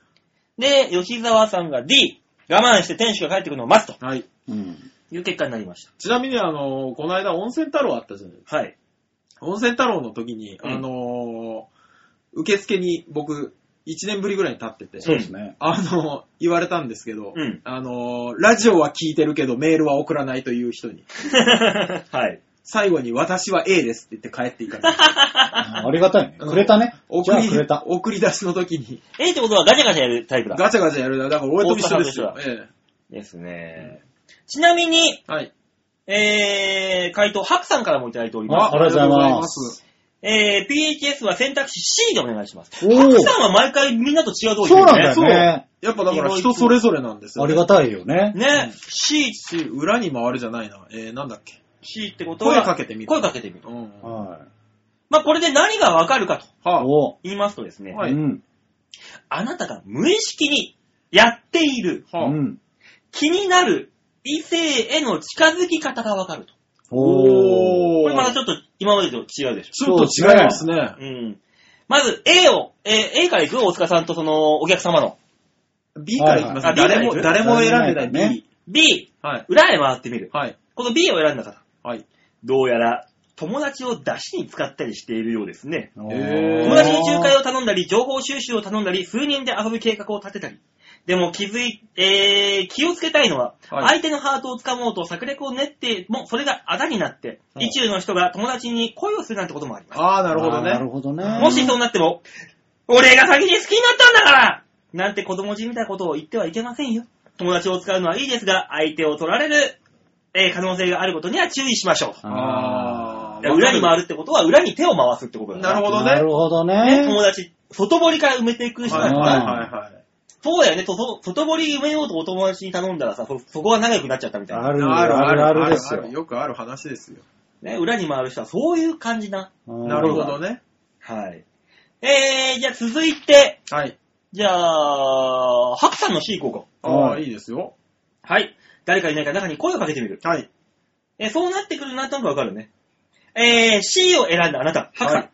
B: で、吉沢さんが D、我慢して店主が帰ってくるのを待つと
C: はい。
A: うん。
B: いう結果になりまし
C: ちなみに、あの、この間、温泉太郎あったじゃない
B: た。はい。
C: 温泉太郎の時に、
B: うん
C: あのー受付に僕、1年ぶりぐらいに立ってて、
A: そうですね。
C: あのー言われたんですけど、
B: うん
C: あのーラジオは聞いてるけどメールは送らないという人に、
B: はい。 [LAUGHS]
C: 最後に私は A ですって言って帰っていかない。
A: ありがたいね。くれたね。じ
C: 送
A: ゃあ
C: り
A: くれた。
C: 送り出しの時に、
B: A ってことはガチャガチャやるタイプだ。
C: ガチャガチャやるな。だから俺と一緒ですよ。
B: 大
C: え
B: ですね。ちなみに、
C: えはい。
B: えー、回答、ハクさんからもいただいております。
A: ありがとうございます。
B: えー、PHS は選択肢 C でお願いします。
A: おー
B: ハクさんは毎回みんなと違うとこ
A: そうなんだ
B: ね。
A: よね。
C: やっぱだから人それぞれなんですよ、
A: ありがたいよね。
B: ね、C、
C: し、裏に回るじゃないな。えー、なんだっけ。
B: C ってことは、
C: 声かけてみる
B: 声かけてみる。
C: うん。は
A: は
B: まあ、これで何がわかるかと
A: い。
C: あ、
A: お
B: 言いますとですね、
C: はい
A: うん。
B: あなたが無意識にやっている、
A: う
C: はあ
A: ん。
B: 気になる異性への近づき方がわかると。
A: おー。
B: これまたちょっと今までと違うでしょ。
C: ちょっと違いますね。
B: うん。まず A を、えー A からいく大塚さんとそのお客様の。
C: B からいきます、
B: はい
C: 誰も、
B: あ B
C: 誰も選んでない
A: 誰も選んでない
C: B。
B: B、
C: はい。
B: 裏へ回ってみる。
C: はい。
B: この B を選んだ方。
C: はい。
B: どうやら友達を出しに使ったりしているようですね。
A: おー
C: へー
B: 友達に仲介を頼んんだり、情報収集を頼んだり、数人で遊ぶ計画を立てたり。でも気づい、えー、気をつけたいのは、
F: はい
B: 相手のハートを掴もうと策略を練っても、それがあだになって、
F: うん
B: 意中の人が友達に恋をするなんてこともあります。
C: ああ、なるほど
A: あーなる
C: ね。
A: ほどね。
B: もしそうなっても、俺が先に好きになったんだからなんて子供じみたことを言ってはいけませんよ。友達を使うのはいいですが、相手を取られる、えー可能性があることには注意しましょう。
C: あ
B: だ
C: ー
B: から裏に
C: わか
B: 回るってことは裏に手を回すってことだ
C: なるほどね
A: なるほど
B: ね、
A: ね。
B: 友達、外堀から埋めていく人だ
C: はい
B: から、
C: はいはいはい。
B: そうだよね、とそ外堀埋めようとお友達に頼んだらさ、そそこが長くなっちゃったみたい
A: あ
B: な。
A: るあるあるあるです
C: ある
A: よ。
C: よくある話ですよ。
B: ね、裏に回る人はそういう感じな。
C: なるほどね。
B: はい。えー、じゃあ続いて、
C: はい。
B: じゃあ、ハクさんの C 行こう
C: ああ、
A: うん
C: いいですよ。
B: か。はい。誰かいないか中に声をかけてみる。
C: はい。
B: えーそうなってくるなんとなくわかるね。えー、C を選んだあなた、ハクさん。
C: はい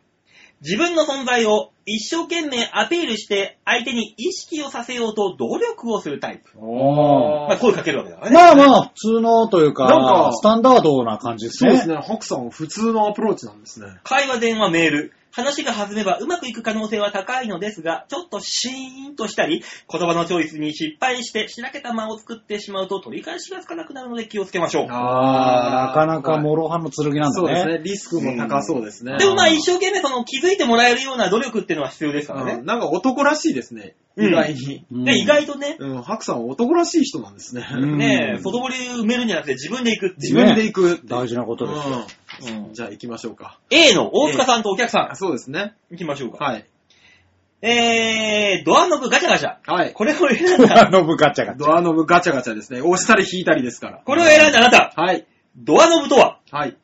B: 自分の存在を一生懸命アピールして相手に意識をさせようと努力をするタイプ。
A: お
B: まあ、声かけるわけだからね。
A: まあまあ、普通のというか、
C: なんか
A: スタンダードな感じです
C: そう
A: ね。
C: ですね。北さん、普通のアプローチなんですね。
B: 会話、電話、メール。話が弾めばうまくいく可能性は高いのですが、ちょっとシーンとしたり、言葉のチョイスに失敗して、しらけた間を作ってしまうと取り返しがつかなくなるので気をつけましょう。
A: ああ、なかなか
C: う、
A: 諸刃の剣なん
C: そうで
A: だ
C: す
A: ね。
C: ね。リスクも高そうですね。
B: でもまあ一生懸命その気づいてもらえるような努力っていうのは必要ですから
C: う
B: ね
C: ん。なんか男らしいですね。
B: うん
C: 意外に。
A: うん
B: で、意外とね、
C: うん、白さんは男らしい人なんですね。
A: うん
B: ねえ、外堀埋めるんじゃなくて自分で行くってい
C: 自
B: う。
C: 分で行くって。
A: 大事なことです
C: う
A: よ。
B: うん
C: ん。じゃあ行きましょうか。
B: A の大塚さんとお客さ
C: あそうですね。
B: ん、行きましょうか。
C: はい。
B: えー、ドアノブガチャガチャ。
C: はい。
B: これを選んだ。
A: [LAUGHS] あの部ガチャガチャ。
C: ドアノブガチャガチャですね。押したり引いたりですから。
B: これを選んだあなた。
C: はい。
B: ドアノブとは、
C: はい。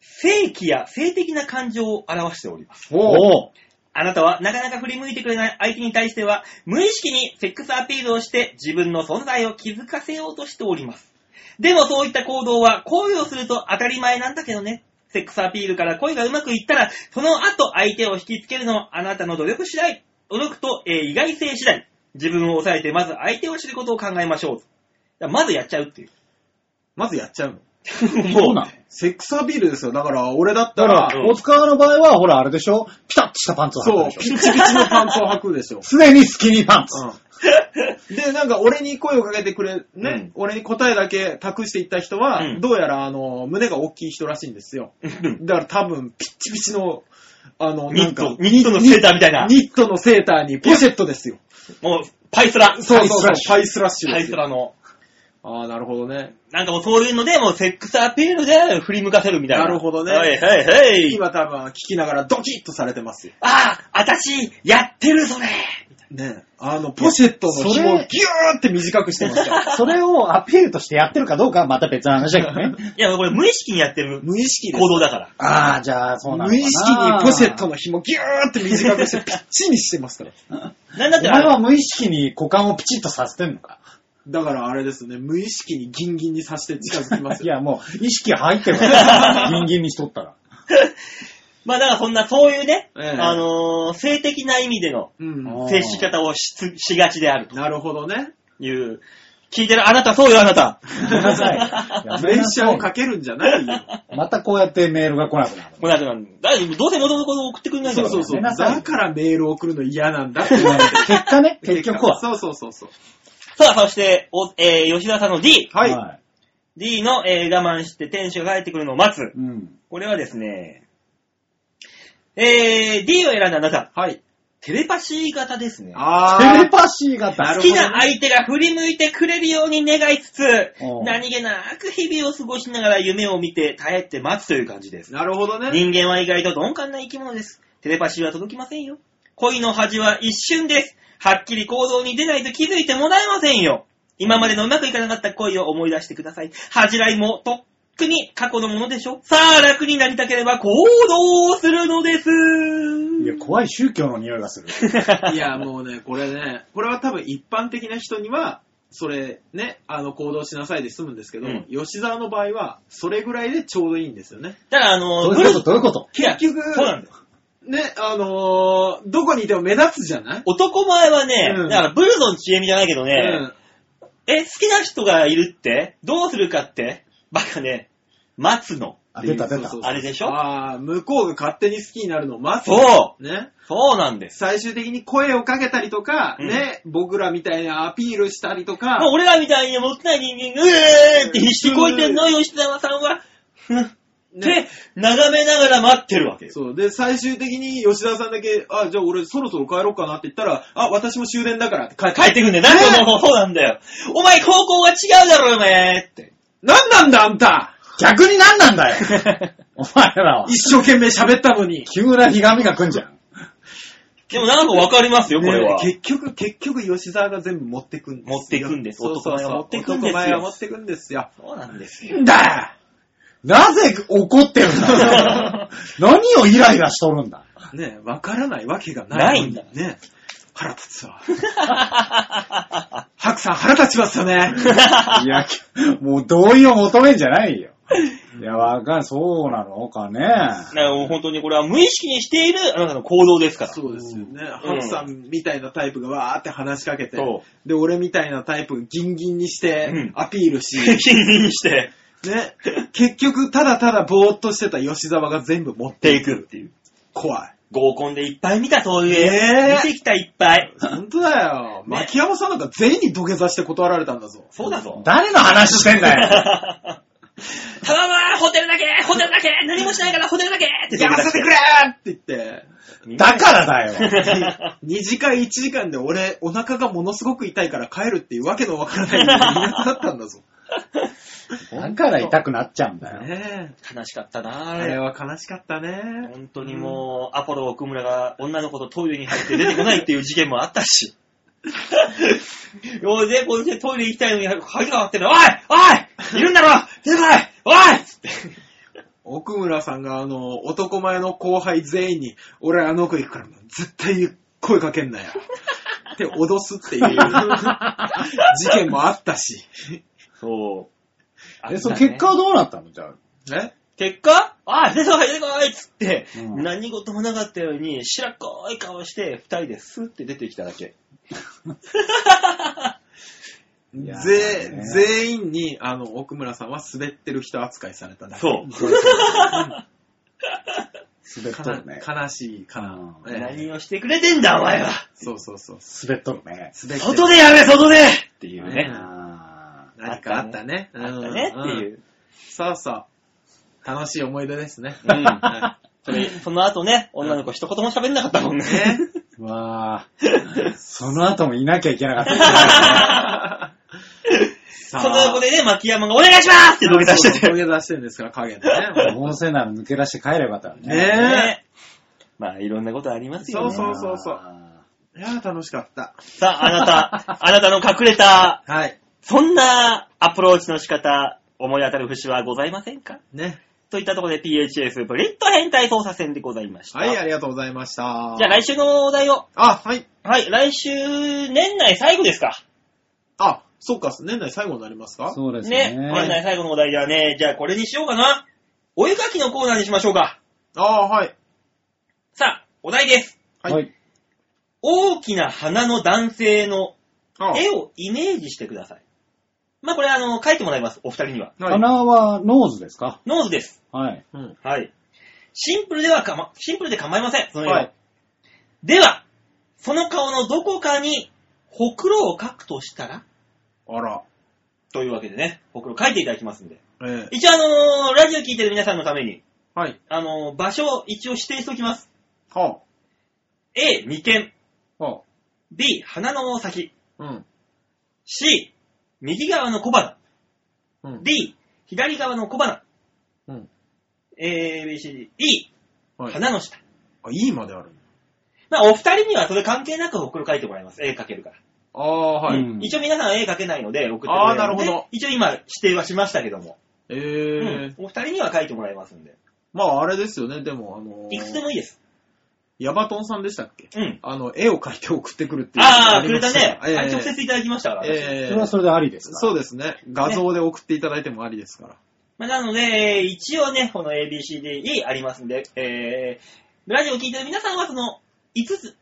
B: 性器や性的な感情を表しております。
C: う
A: おう
B: あなたはなかなか振り向いてくれない相手に対しては、無意識にセックスアピールをして自分の存在を気づかせようとしております。でもそういった行動は恋をすると当たり前なんだけどね。セックスアピールから恋がうまくいったら、その後相手を引きつけるのはあなたの努力次第。努力と、えー意外性次第。自分を抑えてまず相手を知ることを考えましょう。だからまずやっちゃうって
C: [LAUGHS]
B: いう。
C: まずやっちゃうの。
A: そうなの
C: セックスアピールですよ。だから、俺だった
A: だ
C: ら
A: か、
B: う
A: ら、
B: ん
A: 大塚の場合は、ほら、あれでしょピタッとしたパンツを
C: そ
A: 履
C: う、
A: くでし
C: ピ
A: ょ
C: ッチピチのパンツを履くでしょ。
A: 常にスキニーパン
C: う
A: ツ。
C: ん。で、なんか俺に声をかけてくれ、ね、俺に答えだけ託していった人は、
B: うん
C: どうやらあの、胸が大きい人らしいんですよ。だから多分、ピッチピチの、あの、
B: ニ
C: な
B: ッ
C: んか
B: ト、、ニットのセーターみたいな。
C: ニットのセーターにポシェットですよ。
B: もう、パイスラ。
C: そうそうそう、
A: パ
C: パイスラッシュ
B: パ
C: で
B: イ
C: す
B: ス
C: よ。
B: ラの。
C: ああ、なるほどね。
B: なんかもうそういうので、もうセックスアピールで振り向かせるみたいな。
C: なるほどね
B: はいはいはい。
C: 今多分、聞きながらドキッとされてますよ。
B: ああ、私、やってるそれ。
C: ねあの、ポシェットの
A: そ
C: 紐をギュ
A: れ
C: ーって短くしてますから。
A: それをアピールとしてやってるかどうかはまた別の話だけどね。
B: いや、これ無意識にやってる
C: 無意識で
B: 行
C: す。
B: 動だから。
A: ああ、じゃあ、そうなのかな
C: 無意識にポシェットの紐ギューって短くしてピッチにしてますから。
B: なんだっ
A: お
B: て
A: 前
B: あ
A: は
B: の、
A: 無意識に股間をピチッとさせてんのか。
C: だからあれですね、無意識にギンギンに刺して近づきます
A: い
C: よ。
A: や、もう、意識入ってるか
C: [LAUGHS]
A: ら。ギンギンにしとったら。
B: [LAUGHS] まあだからそんな、そういうね、
C: ええ
B: あのー性的な意味での
C: [LAUGHS] うん。
A: あー
B: 接し方をしつしがちであると
C: なるほどね。
B: いう。聞いてるあなた、そうよ、あな
C: [LAUGHS]
B: た。
A: やめなさい。や
C: プ
A: め
C: レッ
A: な
C: シ
A: さ
C: ャ
A: い
C: ーをかけるんじゃないよ。
A: またこうやってメールが来なくなる。
B: もうなんかだいどうせ元々これ送ってくれないんだ
C: そ
B: か
C: う
B: ら。
C: そうそ
A: やめ
C: う。
A: なさい
C: だからメールを送るの嫌なんだって言われて [LAUGHS]
A: 結果ね、結局は。
C: そうそうそうそう。
B: さあ、そして、おえー吉田さんの D。
C: はい。
B: D の、えー我慢して店主が帰ってくるのを待つ。
A: うん。
B: これはですね、えー、D を選んだあなた、
C: はい。
B: テレパシー型ですね。
A: テ
C: あ
A: レ
C: [LAUGHS]
A: パシー型。
C: な
B: 好
C: るほ
B: き
C: どね
B: な相手が振り向いてくれるように願いつつ、
A: うん
B: 何気なく日々を過ごしながら夢を見て耐えて待つという感じで
C: ー。
B: す。
C: なるほどね。
B: 人間は意外と鈍感な生き物です。テレパシーは届きませんよ。恋の恥は一瞬です。はっきり行動に出ないと気づいてもらえませんよ。今までのうまくいかなかった恋を思い出してください。恥じらいもとっくに過去のものでしょ。さあ、楽になりたければ行動をするのです。
A: いや、怖い宗教の匂いがする。
C: いや、もうね、これね、これは多分一般的な人には、それね、あの、行動しなさいで済むんですけど、
B: うん
C: 吉沢の場合は、それぐらいでちょうどいいんですよね。
B: ただ、あの、
A: どういうことどういうこと
B: いや
C: 結局、
B: そうなんだよ。
C: ね、あのーどこにいても目立つじゃない、
B: 男前はね、
C: うん
B: だからブルゾンちえみじゃないけどね、
C: うん。
B: え、好きな人がいるってどうするかってバカね、待つの。
A: あ、出た出た
C: そうそう。そう
B: あれでしょ
C: ああ、向こうが勝手に好きになるのを待つ。
B: そう
C: ね。
B: そうなんです。
C: 最終的に声をかけたりとか、
B: うん
C: ね、僕らみたいなアピールしたりとか、
B: もう俺らみたいに持ってない人間が、うえーって必死こいてんの、吉沢さんは。ふんって
C: ね、
B: 眺めながら待ってるわけよ。
C: そう。で、最終的に吉田さんだけ、あ、じゃあ俺そろそろ帰ろうかなって言ったら、あ、私も終電だからって帰っ
B: 帰ってくんだよ。なんかもうそうなんだよ。お前高校が違うだろ、お前 [LAUGHS] って。
C: なんなんだあんた
A: 逆になんなん
C: [LAUGHS]
A: だよお前らは。
C: 一生懸命喋ったのに。
A: 木村ひがみが来んじゃん。
B: でもなんかわかりますよ、これは。
C: ね結局、結局、吉沢が全部持ってくんですよ。
B: 持ってくんです
C: そうそうそ
B: 男
C: う
B: 前は持ってくんですよ
C: 男前は持ってくんですよ。
B: そうなんですよ。
A: んだなぜ怒ってる
C: [LAUGHS]
A: んだ何をイライラしとるんだ
C: ねわからないわけがな
B: な
C: い。
B: いんだ
C: ね腹立つわ。 [LAUGHS] ハクさん腹立ちますよね。
A: いや、もう同意を求めんじゃないよ。いや、わかん、そうなのかね。
B: なもう本当にこれは無意識にしているあなたの行動ですから。 [LAUGHS]
C: そうですよね。ハクさんみたいなタイプがわーって話しかけて
B: そ、
C: で、俺みたいなタイプギンギンにして
B: うん、
C: アピー [LAUGHS] ルし、
B: 責任にして、
C: ね、結局、ただただぼーっとしてた吉沢が全部持って、
B: ていくっていう。
C: 怖い。
B: 合コンでいっぱい見た、そういう
C: ね
B: 絵。
C: え
B: 見てきた、いっぱい。
C: 本当だよ。
B: ね
C: 牧山さんなんか全員に土下座して断られたんだぞ。
B: そうだぞ。
A: 誰の話してん
C: [LAUGHS]
A: だよ。
B: ただまホテルだけホテルだけ何もしないからホテルだけって
C: やらせてくれーって言って、
A: だからだよ。
C: [LAUGHS]
B: ら
C: 2時間1時間で俺、お腹がものすごく痛いから帰るっていうわけのわからない人がいなくなったんだぞ。
A: だから痛くなっちゃうんだよ。
C: ねえ。
B: 悲しかったな
C: あれは悲しかったね。
B: 本当にもう、アポロ奥村が女の子とトイレに入って出てこないっていう事件もあったし。ようぜ、こうしてトイレ行きたいのに鍵がかってる。おいおいいるんだろ出てこないおいつって
C: 奥村さんがあの、男前の後輩全員に、俺あの子行くからな絶対に声かけんなよ。って脅すって
A: [LAUGHS]
C: いう事件もあったし。
B: そう。
A: え、その結果はどうなったのじゃあ。
C: え
B: 結果あ、出てこい出てこいっつって、
A: うん
B: 何事もなかったように、白っこい顔して、二人でスーって出てきただけ。
A: いや
C: ぜ
A: ね
C: 全員に、あの、奥村さんは滑ってる人扱いされただけ。
B: そう。
A: 滑っとるね。
C: 悲しいかな。
A: うん
C: ええ
B: 何をしてくれてんだ、お前は
C: そうそうそう。
A: 滑っとるね。
C: 滑ってる
B: 外でやれ、外でっていうね。
A: あ
C: 何かあったね。
B: あったねってい
C: うん。
B: う。
C: そうそう。楽しい思い出ですね。
B: うん
C: は
B: それ [LAUGHS] その後ね、女の子一言も喋んなかったもん [LAUGHS]
C: [LAUGHS]
B: ね
C: い。ね
A: ーわーその後もいなきゃいけなかった。
C: さ
B: その横でね、牧山がお願いしますって土下座して
C: 土
B: て。
C: 下座してるんですから、影でね。
A: 音声なら抜け出して帰ればよかったのね。
C: ね
B: ねまあ、いろんなことありますよね。
C: そうそうそういやー楽しかった。
B: さあ、あな
C: [LAUGHS]
B: た、あなたの隠れた、
C: はい。
B: そんなアプローチの仕方、思い当たる節はございませんか
C: ね。
B: といったところで PHS ブリッド変態操作戦でございました。
C: はい、あ
B: じ
C: りがとうございました。
B: ゃあ来週のお題を。
C: あ、はい。
B: はい、来週、年内最後ですか。
C: あ、そっか、年内最後になりますか
A: そうです
B: ね
A: ね。
B: 年内最後のお題ではね、じゃあこれにしようかな。お絵かきのコーナーにしましょうか。
C: あーはい。
B: さあ、お題です。
C: はい
A: はい。
B: 大きな花の男性の
C: あ
B: 絵をイメージしてください。まあこれあの、書いてもらいます、お二人には。
C: はい
A: 鼻はノーズですか
B: ノーズです。
A: はい。
C: うん。
B: はい。シンプルではかま、シンプルで構いません、その絵は。
C: はい。
B: では、その顔のどこかに、ほくろを描くとしたら
C: あら。
B: というわけでね、ほくろ描いていただきますんで。
C: ええ
B: 一応あのーラジオ聞いてる皆さんのために、
C: はい。
B: あのー場所を一応指定しておきます。
C: は
B: A、眉間。
C: あ。は
B: B、鼻の先。
C: あ。うん。
B: C、右側の小鼻。
C: うん。
B: D、左側の小鼻。
C: うん。
B: A、B、C、D、E、
C: はい。
B: 鼻の下。
C: あ、いいまであるんだ。
B: まあ、お二人にはそれ関係なくほくろ描いてもらいます。絵描けるから。
C: ああ、はい。
A: うん
B: 一応皆さん絵描けないので送ってもらいま
C: あー
B: す。
C: なるほど
B: 一応今指定はしましたけども。
C: ええ
B: うんお二人には書いてもらいますんで。
C: まあ、あれですよね、でも、あの
B: いくつで
C: ー、
B: もいいです。
C: ヤバトンさんでしたっけ
B: うん。
C: あの、絵を描いて送ってくるっていう。
B: ああ、くれたね。
C: ええ
B: あれ直接いただきましたから。私
C: ええ
A: それはそれでありですか
C: そうですね。画像で送っていただいてもありですから。
B: まあなので、えー一応ね、この ABCDE ありますんで、えー、ラジオを聞いてる皆さんはその5つ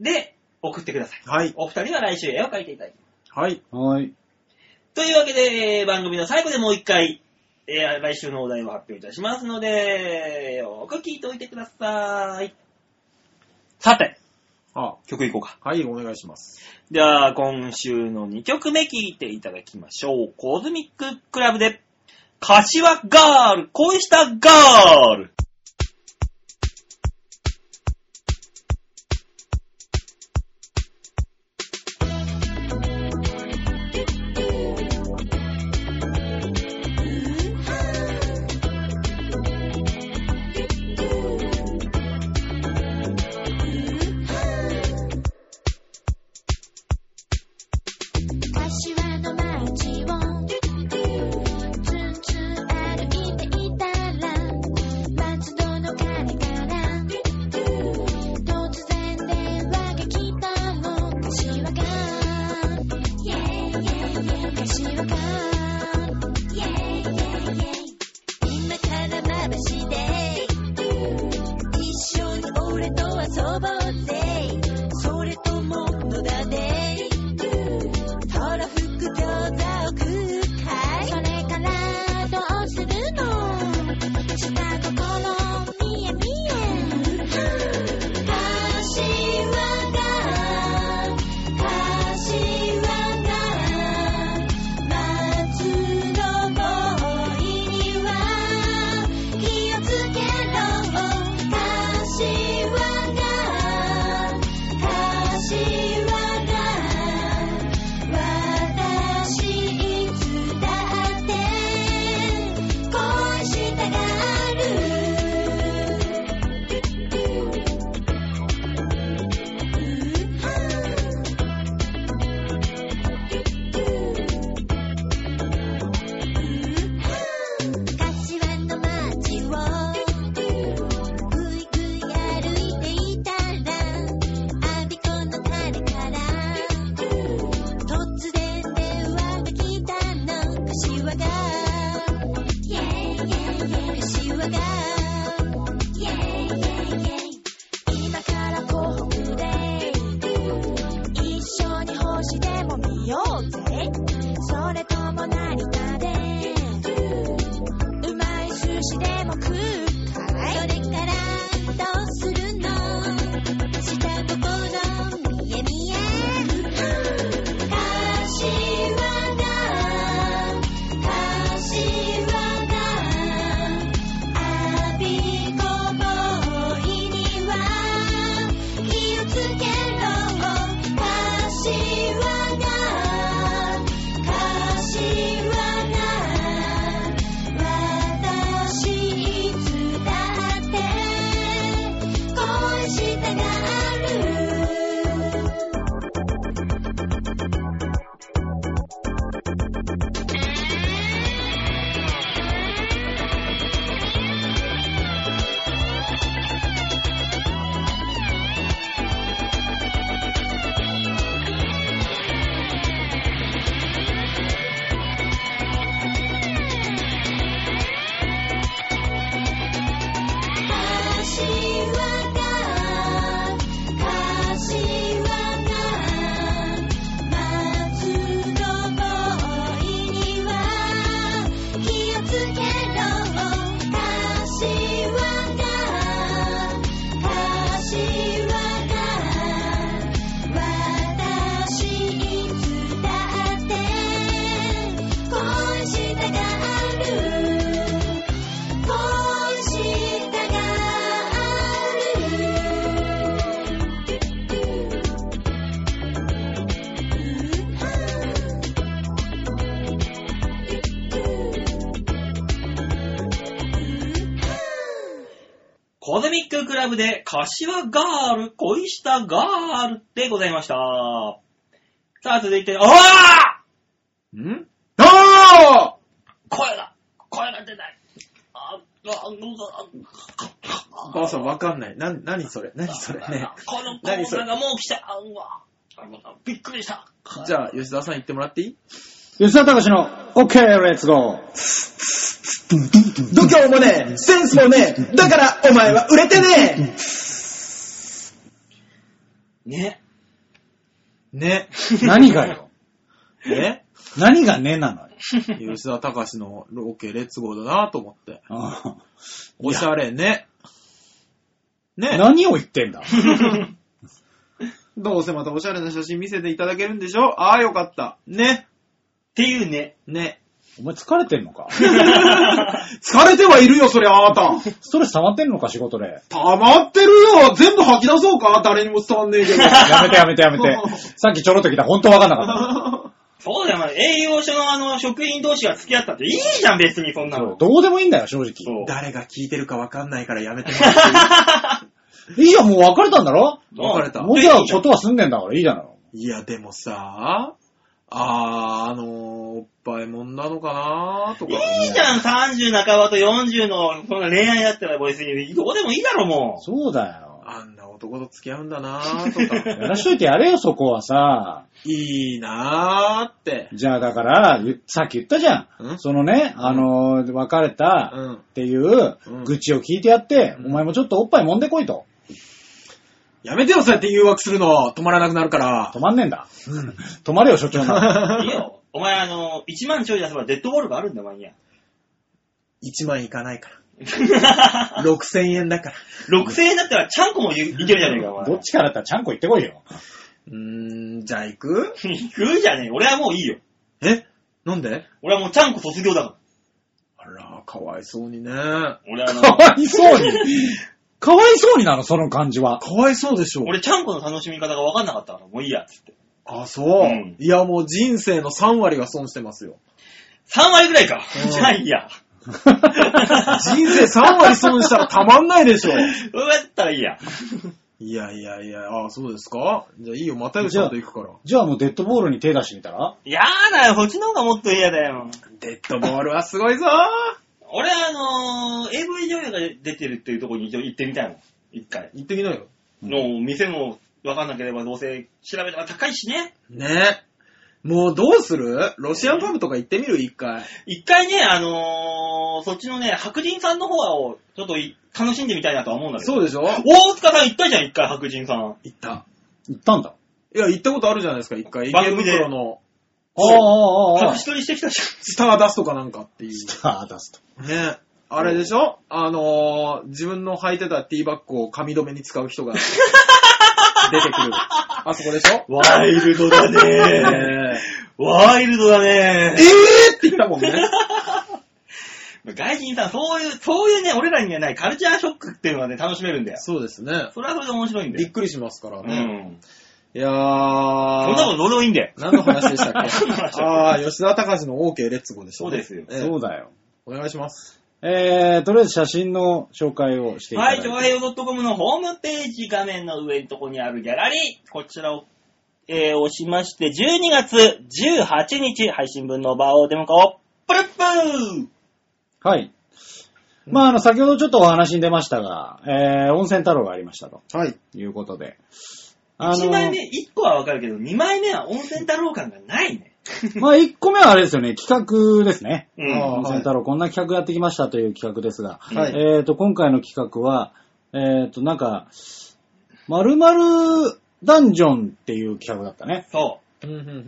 B: で送ってください。
C: はい。
B: お二人は来週絵を描いていただきます。
C: はい。
A: はい。
B: というわけで、えー番組の最後でもう一回、えー来週のお題を発表いたしますので、よく聞いておいてください。さて、
C: あ
B: 曲いこうか。
C: はい、お願いします。
B: では、今週の2曲目聞いていただきましょう。コズミッククラブで、柏ガール、恋したガール。
D: 柏の街をつんつん歩いていたら松戸の彼から突然電話が来たの柏がイェイイェイイェイ柏がイェイイェイイェイ今からまぶして一緒に俺と遊ぼうぜそれとも野田でとろふく餃子を食うかいそれからどうするの下心見え見え柏が柏が松の恋には気をつけろ柏が柏が私いつだって恋に落ちる恋したがる柏の街をぐいぐい歩いていたらアビコの彼から突然電話が来たの柏がイェイイェイイェイ柏がイェイイェイイェイ今から湖北で一緒に星でも見ようぜそれとも何かでうまい寿司でも食うかいそれからどうするの下心見え見え柏が柏がアビコボーイには気をつけろ柏が柏が私いつだって恋したがる柏が柏が松の恋には気をつけろ柏が柏が私いつだって恋したがる恋したがる
B: コズミッククラブで、柏ガール、恋したガールでございました。さあ、続いて、おー
C: ん
A: あ
B: 声が、声が出ない。あ、あ、あ、あ、
C: ばあさんわかんない。な、何それ何それね。
B: このコ
C: 何
B: ー
C: それ
B: ナーがもう来た。あ、うわ。あびっくりした。
C: じゃあ、吉田さん言ってもらっていい
A: 吉田隆の OK, let's go!
C: 度胸もねえセンスもねえだからお前は売れてね
B: ね。
C: えね。
A: 何がよ
C: ね
A: 何がねなのよ。
C: 吉田隆のロケレッツゴーだなと思って。
A: あ
C: おしゃれね。
A: あ
C: ね。
A: 何を言ってんだ
C: どうせまたおしゃれな写真見せていただけるんでしょああ、よかった。ね。
B: ていうね。
C: ね。
A: お前疲れてんのか
C: 疲れてはいるよ、そりゃあなた。
A: ストレス溜まってんのか仕事で。
C: 溜まってるよ全部吐き出そうか誰にも伝わんねえけど。
A: やめてやめてやめて。さっきちょろっと来た。本当わかんなかっ
B: そうだよ、まあ栄養所のあの、職員同士が付き合ったっていいじゃん、別にそんな
A: た。そう
B: の。
A: どうでもいいんだよ、
B: そ
A: 正直。
B: う。
C: [LAUGHS] 誰が聞いてるかわかんないからやめても
A: いいや、もう別れたんだろ
C: らう別れた。
A: 僕はことは済んでんだからいいだろ。
C: いや、でもさ、あー、あのー、おっぱいもんなのかなとか。
B: いいじゃん、30半ばと40の、そんな恋愛だったら別に、どうでもいいだろ、も
A: そうだよ。
C: あんな男と付き合うんだなと
A: や
C: か。
A: らしといてやれよ、そこはさ。
C: いいなーって。
A: じゃあだから、ゆさっき言ったじゃん。
C: ん
A: そのね、あのー別れた
C: うん
A: っていう
C: うん
A: 愚痴を聞いてやって、
C: うん
A: お前もちょっとおっぱい揉んでこいと。
C: やめてよ、そうやって誘惑するの。止まらなくなるから
A: 止。まんねえんだ。止まれよ、所長な。
B: [LAUGHS] う。いいよ。お前あの、1万ちょい出せばデッドボールがあるんだよ、マニ [LAUGHS] ア。
C: 1万いかないから。6000円だから。
B: 6000円だったらちゃんこもいいけるじゃねえか、お前。
A: どっちからだったらちゃんこ行ってこいよ。
C: うーん、じゃあ行く
B: 行くじゃねえ。俺はもういいよ。
C: えなんで
B: 俺はもうちゃんこ卒業 [LAUGHS] だから。
C: あら、かわいそうにね。
B: 俺あの
A: か、わいそうに。かわいそうになの、その感じは。
C: かわいそうでしょ。
B: 俺ちゃんこの楽しみ方が分かんなかったから、もういいや、つって。
C: あ、そう、
B: うん
C: いや、もう人生の3割は損して
B: [LAUGHS]
C: ますよ。
B: 3割ぐらいか
C: う。ん
B: じゃあいい [LAUGHS] や。
C: 人生3割損したらたまんないでし
B: [LAUGHS]
C: ょ。
B: そうやったらいいや。
C: いやいやいや、あ、そうですかじゃあいいよ、またよちゃんと行くから。
A: じゃあもうデッドボールに手出してみたら
B: やだよ、こっちの方がもっと嫌だよ。
C: デッドボールはすごいぞ
B: 俺はあのー、AV 女優が出てるっていうところに一応行ってみたいもん。一回。
C: 行ってきなよ。
B: の、店も分かんなければどうせ調べたら高いしね。
C: ねもうどうするロシアンパブとか行ってみる一回。
B: 一回ね、あのー、そっちのね、白人さんの方をちょっとい楽しんでみたいなとは思うんだけど。
C: そうでしょ
B: 大塚さん行ったじゃん、一回白人さん。
C: 行った。
A: 行ったんだ。
C: いや、行ったことあるじゃないですか、一回。
B: 番
C: 池
B: 組で
C: 袋の
A: ああ、ああ、ああ
B: 隠し。撮りしてきたじ
C: スターダストかなんかっていう。
A: [LAUGHS] ああ、出すと。
C: ねあれでしょあのー、自分の履いてたティーバッグを髪留めに使う人が出てくる。あそこでしょ
B: ゃん。ワイルドだね
C: え
B: [LAUGHS] ワイルドだね
C: えーって言ったもんね。
B: 外人さん、そういう、そういうね、俺らにはないカルチャーショックっていうのがね、楽しめるんだよ。
C: そうですね。
B: それはそれで面白いんだ
C: びっ
B: よ。
C: くりしますから
B: う
C: ね。
B: ん。
C: いやー。
B: そんなことどうでもいいんだよ。
C: 何の話でしたっ
B: 何の話だっけ
C: けああ、吉田隆の OK レッツゴーでしょ
B: そうですよ
C: ええ
A: そうだよ。
C: お願いします。
A: えー、とりあえず写真の紹介をしていただ
B: はいい、
A: て。
B: ちょわよ .com のホームページ画面の上のとこにあるギャラリー、こちらを、えー押しまして、12月18日配信分の場をデモ化を、プルップー
A: はい。まあ、あの、先ほどちょっとお話に出ましたが、えー、温泉太郎がありましたと
C: はい。
A: いうことで。あ
B: 1枚
A: の
B: 目、、1個はわかるけど、2枚目は温泉太郎感がないね。
A: まあ、1個目はあれですよね、企画ですね。
B: う
C: あ
B: ん。
C: あ
A: 温泉太郎、こんな企画やってきましたという企画ですが、
C: はい
A: えーと、今回の企画は、えーと、なんか、〇〇ダンジョンっていう企画だったね。
B: そう。
C: うんうん
A: う
C: うん
A: ん。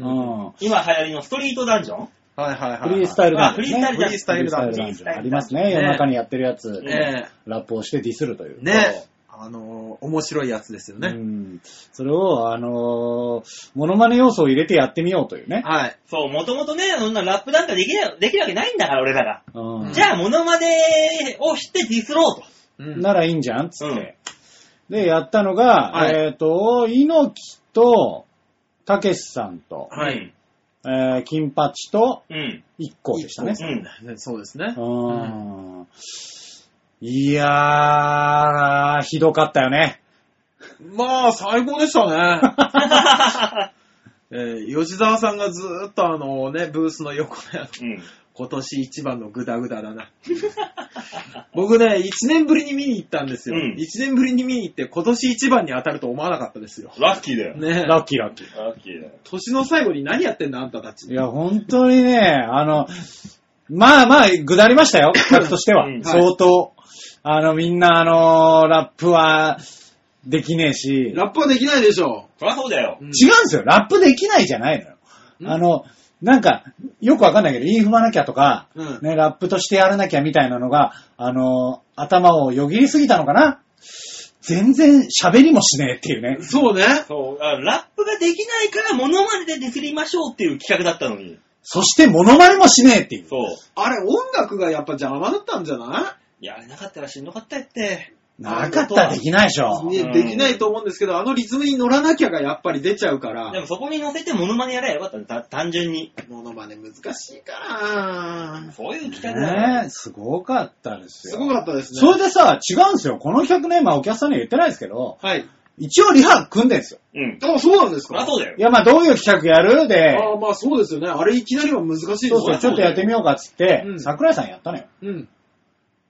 B: 今流行りのストリートダンジョン
C: はいはいはいは
A: フ
C: い。
A: リースタイルダンジョン、
B: あフリー
C: スタイルダンジョン
A: フリースタイルダンジョンありますね。世の中にやってるやつ、
C: ね
A: ラップをしてディスるという。
C: え。ねえ。あのー、面白いやつですよ
A: う
C: ね。
A: ん。それを、あのー、モノマネ要素を入れてやってみようというね。
C: はい。
B: そう、もともとね、そんなラップなんかできなできるわけないんだから、俺らが。
A: う
B: じゃあ、モノマネをしてディスろうと。
C: うん
A: ん。ならいいんじゃんっつって。で、やったのが、
C: はい
A: えっ、と、猪木と、たけしさんと、
C: はい。
A: えー、金八と、
B: うん。
A: 一行でしたね。
B: うん。
C: ねそうですね
A: う。ん。いやー、ひどかったよね。
C: まあ、最高でしたね。 [LAUGHS] えー吉沢さんがずーっとあのね、ブースの横で、
B: うん。
C: 今年一番のグダグダ
A: [LAUGHS]
C: だな。僕ね、1年ぶりに見に行ったんですよ。
B: うん
C: 1年ぶりに見に行って、今年一番に当たると思わなかったですよ。
B: ラッキーだよ。
C: ね
A: ラッキーラッキー。
B: ラッキーだよ。
C: 年の最後に何やってんだ、あんたたち。
A: いや、本当にね、あの、まあまあ、ぐだりましたよ、企画としては。
B: うん
A: 相当。あの、みんな、あのラップは、できねえし。違うんで
C: ラップはできないでしょ。
B: そりゃそうだよ。
C: うん
A: すよ。ラップできないじゃないのよ。
C: うん
A: あの、なんか、よくわかんないけど、言い踏まなきゃとか、
C: うん
A: ね、ラップとしてやらなきゃみたいなのが、あのー頭をよぎりすぎたのかな全然喋りもしねえっていうね。
C: そうね。
B: そう、あラップができないから、モノマネでディスりましょうっていう企画だったのに。
A: そして、モノマネもしねえっていう。
B: そう。
C: あれ、音楽がやっぱ邪魔だったんじゃな
B: やれなかったらしんどかったやって。
A: なかったらできないでしょ
C: い、。ね
B: うん
C: できないと思うんですけど、あのリズムに乗らなきゃがやっぱり出ちゃうか
B: で
C: ら、
B: もそこに乗せてモノマネやればよかったんだ、た単純に。
C: モノマネ難しいから。
B: そういう企画だよ。
A: ねえ、すごかったですよ。
C: すごかったですね。
A: それでさ、違うんですよ。この100年、まあお客さんには言ってないですけど、
C: はい。
A: 一応リハ組んでんですよ。
B: うん。
C: あ、そうなんです
B: そ
C: か
B: りゃそうだよ
A: い。や、まあどういう企画やるで、
C: ああ、まあそうですよね。あれいきなりは難しいです
A: そう
C: よ
A: そう、
C: ね。
A: ちょっとやってみようかっつって、
C: うん
A: 桜井さんやったのよ。
C: うん。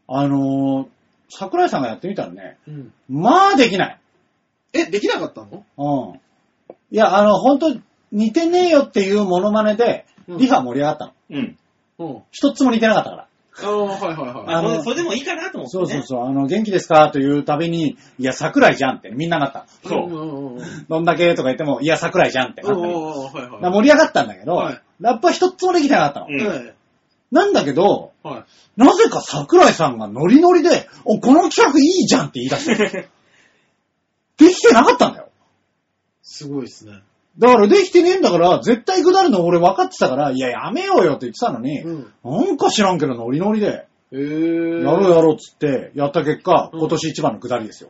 A: あのー、桜井さんがやってみたらね、
C: うん。
A: まあできない。
C: え、できなかったの
A: うん。いや、あの、本当似てねえよっていうモノマネで、リハ盛り上がったの。
B: うん。
C: うん。
A: 一つも似てなかったから。
C: ああ、はいはいはい。
A: あ
B: あ
A: の
B: の、それでもいいかなと思って、
A: そう
B: ね。
A: そうそう、あの、元気ですかというたびに、いや、桜井じゃんって、みんななった。
B: そう [LAUGHS]
C: うんうんうんうん。
A: どんだけとか言っても、いや、桜井じゃんってなったり。
C: おーはい
A: だから
C: は
A: 盛り上がったんだけど、
C: はい
A: ラップは一つもできてなかったの。
B: う
C: い。
B: ん
C: はい
A: なんだけど、
C: はい。
A: なぜか桜井さんがノリノリで、お、この企画いいじゃんって言い
C: [LAUGHS]
A: 出して。できてなかったんだよ。
C: すごいですね。
A: だからできてねえんだから、絶対下るの俺分かってたから、いや、やめようよって言ってたのに、
C: うん
A: なんか知らんけどノリノリで、
C: え
A: や
C: ー。
A: ろうやろうっつって、やった結果、
C: うん
A: 今年一番の下りですよ。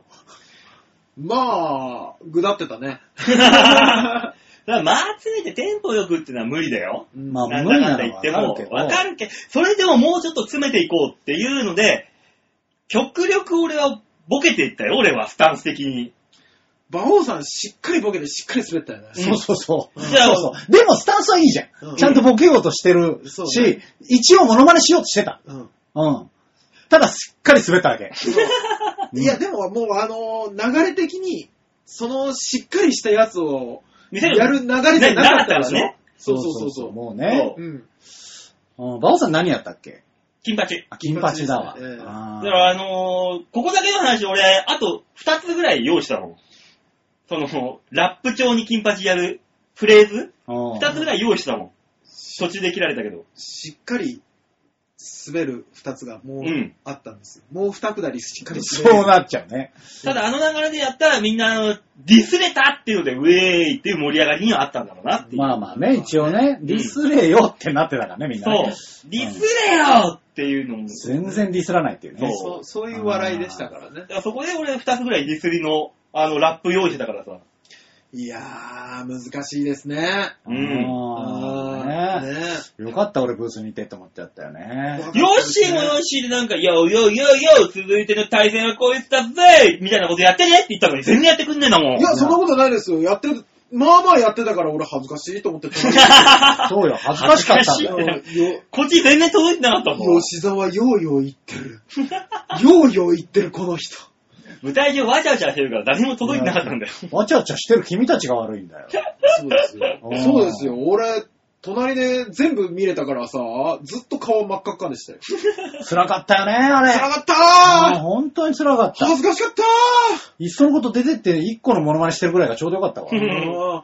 C: まあ、ぐだってたね。
B: だから、間集めてテンポよくっていうのは無理だよ。
C: うん
A: まあ
B: なん
A: 無
B: だ
A: 理
B: か
A: なん
B: だ
A: の
B: 言
A: は
B: っても
A: わかるけ、ど
B: わかるけど、それでももうちょっと詰めていこうっていうので、極力俺はボケていったよ、俺は、スタンス的に。
C: 馬王さん、しっかりボケて、しっかり滑ったよね。
A: そうそうそう。
B: じゃあ
A: そうそう。でもスタンスはいいじゃん。
C: うん
A: ちゃんとボケようとしてるし、
C: そうね
A: 一応モノマネしようとしてた。
C: うん。
A: うん。ただ、しっかり滑ったわけ。うん
C: いや、でももう、あのー、流れ的に、その、しっかりしたやつを、
B: 見せる
C: やる流れじゃなかったでしょ
B: なかったらね。
C: そうそうそうそう。
A: もうね
B: そ。
C: うん。
A: うんバオさん何やったっけ
B: 金八。
A: あ、金八だわ。
C: 金八ですねええ
A: あ
B: だ
A: ー
B: から、あのーここだけの話、俺、あと2つぐらい用意したの。その、ラップ調に金八やるフレーズ
A: うん
B: ?2 つぐらい用意したもん。途中で切られたけど。
C: しっかり滑る二つがもう
B: うん
C: あったんですよ。もう二下りしっかり滑る。
A: そうなっちゃうね。
B: ただあの流れでやったらみんなあの、ディスれたっていうので、ウェーイっていう盛り上がりにはあったんだろうなっていう。
A: まあまあね、一応ね、ディスれよってなってたからね、みんなね。
B: そう。ディスれよっていうのも。
A: 全然ディスらないっていうね。
B: そう
C: そうそういう笑いでしたからね
B: だ。からそこで俺2つぐらいディスりの、あの、ラップ用意してたからさ。
C: いやー、難しいですね。
B: うん
A: あーねよかった、俺ブースにいてって思っちゃったよね。
B: ヨッシーもヨッシーでなんか、よよよよ続いての対戦はこいつだぜみたいなことやってねって言ったのに全然やってくんねえんだもん。
C: いや、そんなことないですよ。やってる、まあまあやってたから俺恥ずかしいと思ってた。
A: そうよ、恥ずかしかったん
C: [LAUGHS]
A: だ
B: 恥
A: よ。
B: ずかしい
C: よ
B: こっち全然届いてなかったもん。
C: 吉沢ようよう言ってる。ようよう言ってるこの人。
B: 舞台中わちゃわちゃしてるから誰にも届いてなかったんだよ。
A: わちゃわちゃしてる君たちが悪いんだよ。
C: そうですよ
A: う
C: [LAUGHS]
A: ん。
C: そうですよ。俺、隣で全部見れたからさ、ずっと顔真っ赤っかでしたよ。
A: 辛かったよね、あれ。
C: 辛かった
A: あー
C: ー
A: 本当に辛かった
C: 恥。ずかしかった
A: いっそのこと出てって一個のモノマネしてるぐらいがちょうどよかったわ。
B: う
C: ー
B: ん
C: あー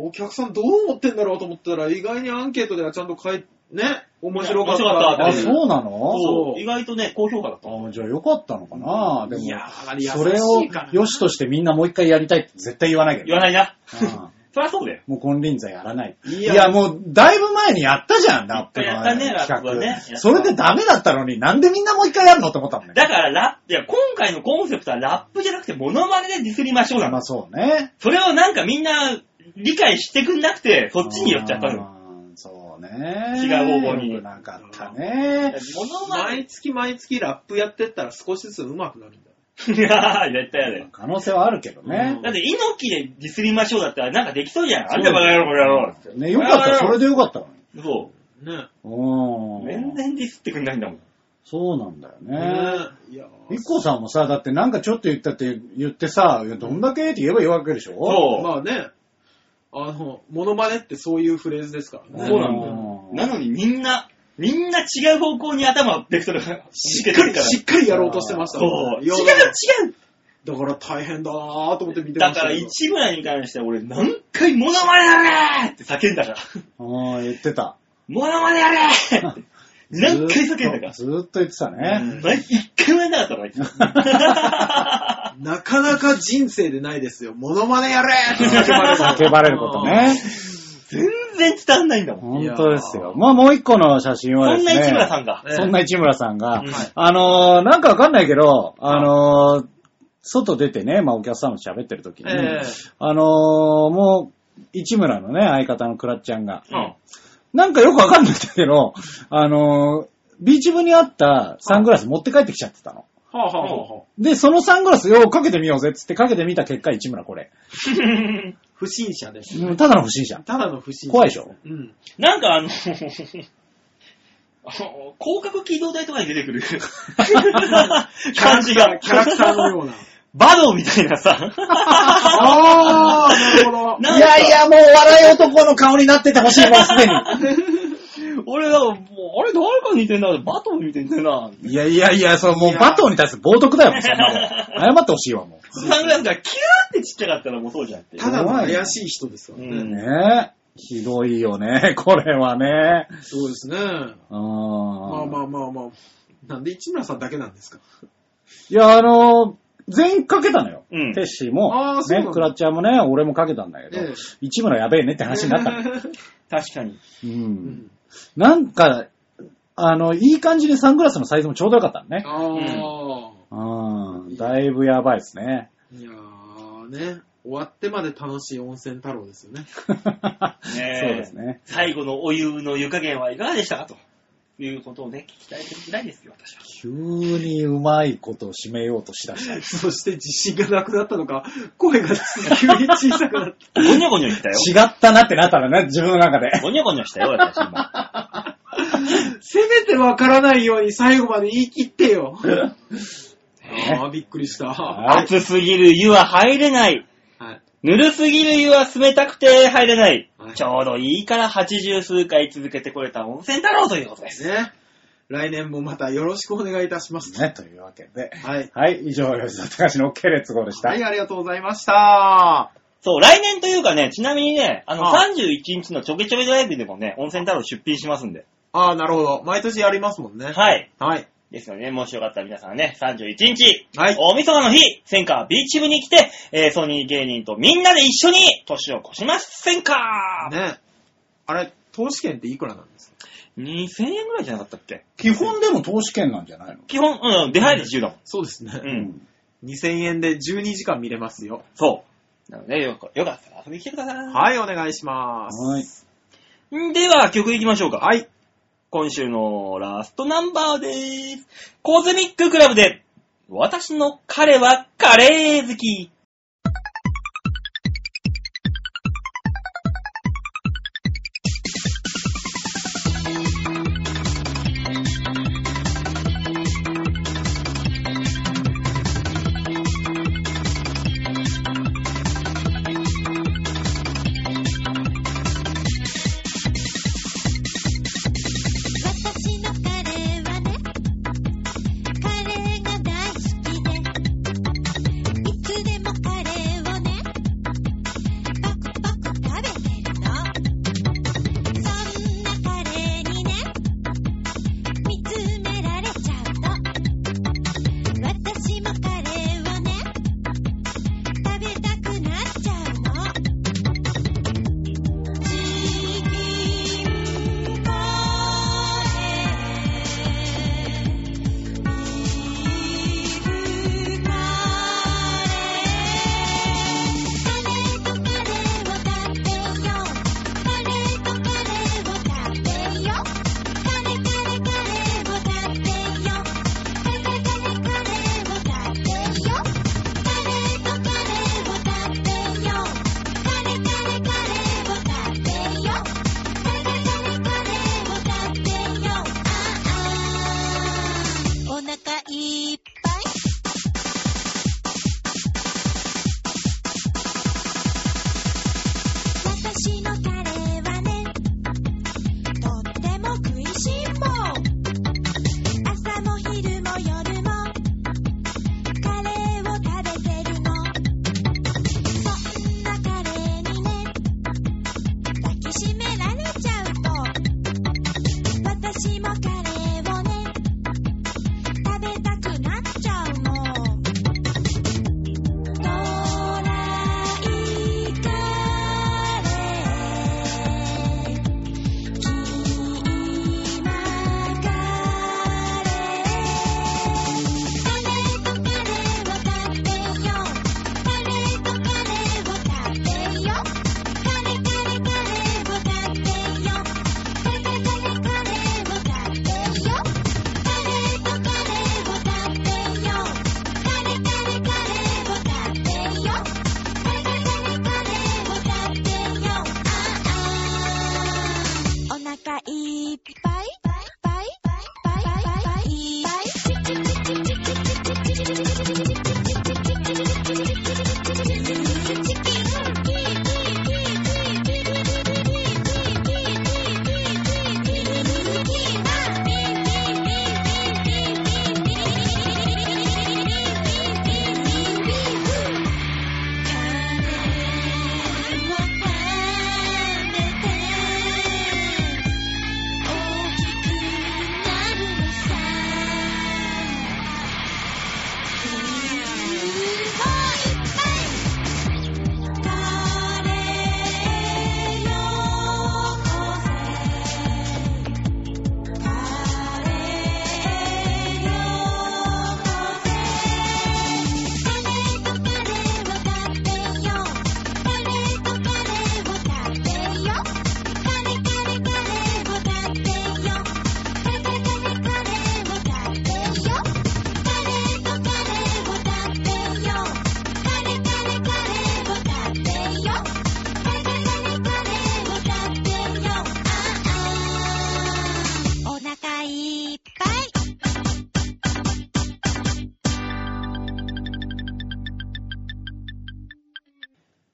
C: お客さんどう思ってんだろうと思ったら、意外にアンケートではちゃんと書い、ね、面白かった。
B: 面白かった
A: あ、
B: って
A: そうなの
C: そう
B: そう意外とね、高評価だった。
A: あじゃあよかったのかなでも
C: いやー、優しい
A: それを
C: からな
A: 良しとしてみんなもう一回やりたいって絶対言わないけど
B: 言わないな。
A: うん
B: そりゃそうだよ。
A: もう金輪際やらない。い
C: い
A: や、
C: や
A: もう、だいぶ前にやったじゃん、ラップの
B: やったね
A: 企
B: ラップはねやっ
A: 画。
B: た
A: それでダメだったのに、なんでみんなもう一回やるのって思ったもんね。
B: だからラップ、いや、今回のコンセプトはラップじゃなくてモノマネでディスりましょうな
A: ま
B: の
A: あ。そうね。
B: それをなんかみんな理解してくんなくて、そっちに寄っちゃったの。
A: あー。そうね。
B: 違う方向に
A: 良くなかったね。
B: モノマ [LAUGHS] ネ
C: 毎月毎月ラップやってったら少しずつ上手くなるんだよ。
B: いやー、絶対やだよ。
A: 可能性はあるけどね。
B: だって、猪木でディスりましょうだったら、なんかできそうじゃん。あんたバカ野郎、これやろう。
A: ね、よかった、それでよかったのに。
B: そ
C: ね。
B: う。
A: うん。
B: 全然ディスってくんないんだもん。
A: そうなんだよね。
C: ねいやー
A: 一個さんもさ、だってなんかちょっと言ったって言ってさ、いやどんだけって言えばいいわけでしょ
B: そ
C: まあね、あの、モノマネってそういうフレーズですから
B: う。
C: ね。
B: そうなんだよ。なのにみんな、みんな違う方向に頭、ベクトルが向
C: し
B: け
C: ってか
B: る
C: り、
B: から。
C: しっかりやろうとしてました
B: そう。
C: い
B: 違う
C: や
B: 違う
C: だから大変だなぁと思って見てま
B: だ
C: した
B: から
C: けど
B: 一村に関しては俺何回モノマネやれーって叫んだ [LAUGHS] から。
A: ああ、言ってた。
B: モノマネやれーって何回叫んだか
A: ずーっとずーっと言ってたね。
B: ら。毎一回もやんなかったのあいつ、
C: なかなか人生でないですよ。モノマネやれって叫ばれる。
A: [LAUGHS] 叫ばれることね。
B: [LAUGHS] 全然伝わんないんだもん。
A: 本当ですよ。まあもう一個の写真は
B: そ
A: で
B: んな市
A: すね。
B: 村さんが。
C: ね
A: そんな市村さんが、
B: うん
A: あのーなんかわかんないけど、あのー外出てね、まあお客さんと喋ってる時に、
C: ええ
A: あのーもう、市村のね、相方のクラッちゃんが、
B: うん。
A: なんかよくわかんないんだけど、あのービーチ部にあったサングラス持って帰ってきちゃってたの。
C: はあ、はあはあはあ、
A: で、そのサングラスよ、かけてみようぜっつってかけてみた結果、市村これ。
C: 不審者です。
A: うんただの不審者。
C: ただの不審者。
A: 怖いでしょ
C: うん。
B: なん [LAUGHS] かあの、あの広角機動隊とかに出て [LAUGHS] くる感じが。
C: キャラクターのよ
B: [LAUGHS]
C: うな。
B: バドみたいな [LAUGHS] さ。
C: ああ、なるほど。
A: い
B: なんか
A: やいや、もう笑い男の顔になっててほしい、もうすでに。
B: 俺は、もう、あれ、誰か似てんな、バトン似てんな。
A: [LAUGHS] いやいやいや、そう、も
C: いうや
A: バトンに対する冒涜だよ、もうそんなもん。謝ってほしいわ、も
B: サングラスがキューってちっちゃかったらもうそうじゃんっていう。
C: ただの怪しい人ですから
B: う
A: [LAUGHS] う。
B: ん
C: ね。
A: ねえ。ひどいよね、これはね。
C: そうですね。
A: うーん。
C: まあまあまあまあ。なんで市村さんだけなんですか
A: いや、あの全員かけたのよ。
B: うん
A: テッシー
C: あ
A: も
C: ー、そうな
A: ね
C: ん、だ
A: クラッチャーもね、俺もかけたんだけど、
C: ええ
A: 市村やべえねって話になったの。
B: 確かに。
A: う。
C: [LAUGHS] うんん
A: なんか、あの、いい感じでサングラスのサイズもちょうどよかったのね。
C: ああ。
A: うん。だいぶやばいですね。
C: いやーね、終わってまで楽しい温泉太郎です [LAUGHS] よね。
A: そう
B: ねえ
A: ですね。
B: 最後のお湯の湯加減はいかがでしたかということをね、聞きたいときないですよ、私は。
A: 急にうまいことを締めようとしだし
C: [LAUGHS]
A: た。
C: そして自信がなくなったのか、声が急に小さくなった。 [LAUGHS]
B: ゴニョゴニョしたよ。
A: 違ったなってなったらね、自分の中で。
B: ゴニョゴニョしたよ、私今。
C: せめてわからないように最後まで言い切ってよ。あーびっくりした。は
B: 熱すぎる湯は入れない。
C: い。
B: ぬるすぎる湯は冷たくて入れない
C: は。い
B: ちょうどいいから80数回続けてこれた温泉太郎ということです。
C: ね。来年もまたよろしくお願いいたします。
A: ね、というわけで。
C: はい。
A: はい、以上、吉田隆の OK 列号でした。
C: はい、ありがとうございました。
B: そう、来年というかね、ちなみにね、あの、
C: ああ
B: 31日のちょびちょびドライブでもね、温泉太郎出品しますんで。
C: ああ、なるほど。毎年やりますもんね。
B: はい。
C: はい。
B: ですのでね、もしよかったら皆さんね、31日、
C: はい
B: 大晦日の日、センカービーチ部に来て、えー、ソニー芸人とみんなで一緒に年を越します、センカー、
C: ね。あれ、投資券っていくらなんですか
B: !2000 円ぐらいじゃなかったっけ
A: 基本でも投資券なんじゃないの
B: 基本、うん、出入り自由だもん。
C: そうですね。
B: うん、
C: 2000円で12時間見れますよ。
B: そう。なので、よかよかったら遊びに来てください。
C: はい、お願いします。
A: はい。
B: い。では、曲行きましょうか。
C: はい。
B: 今週のラストナンバーでーす。コズミッククラブで、私の彼はカレー好き。
D: 私のカレーはねカレーが大好きでいつでも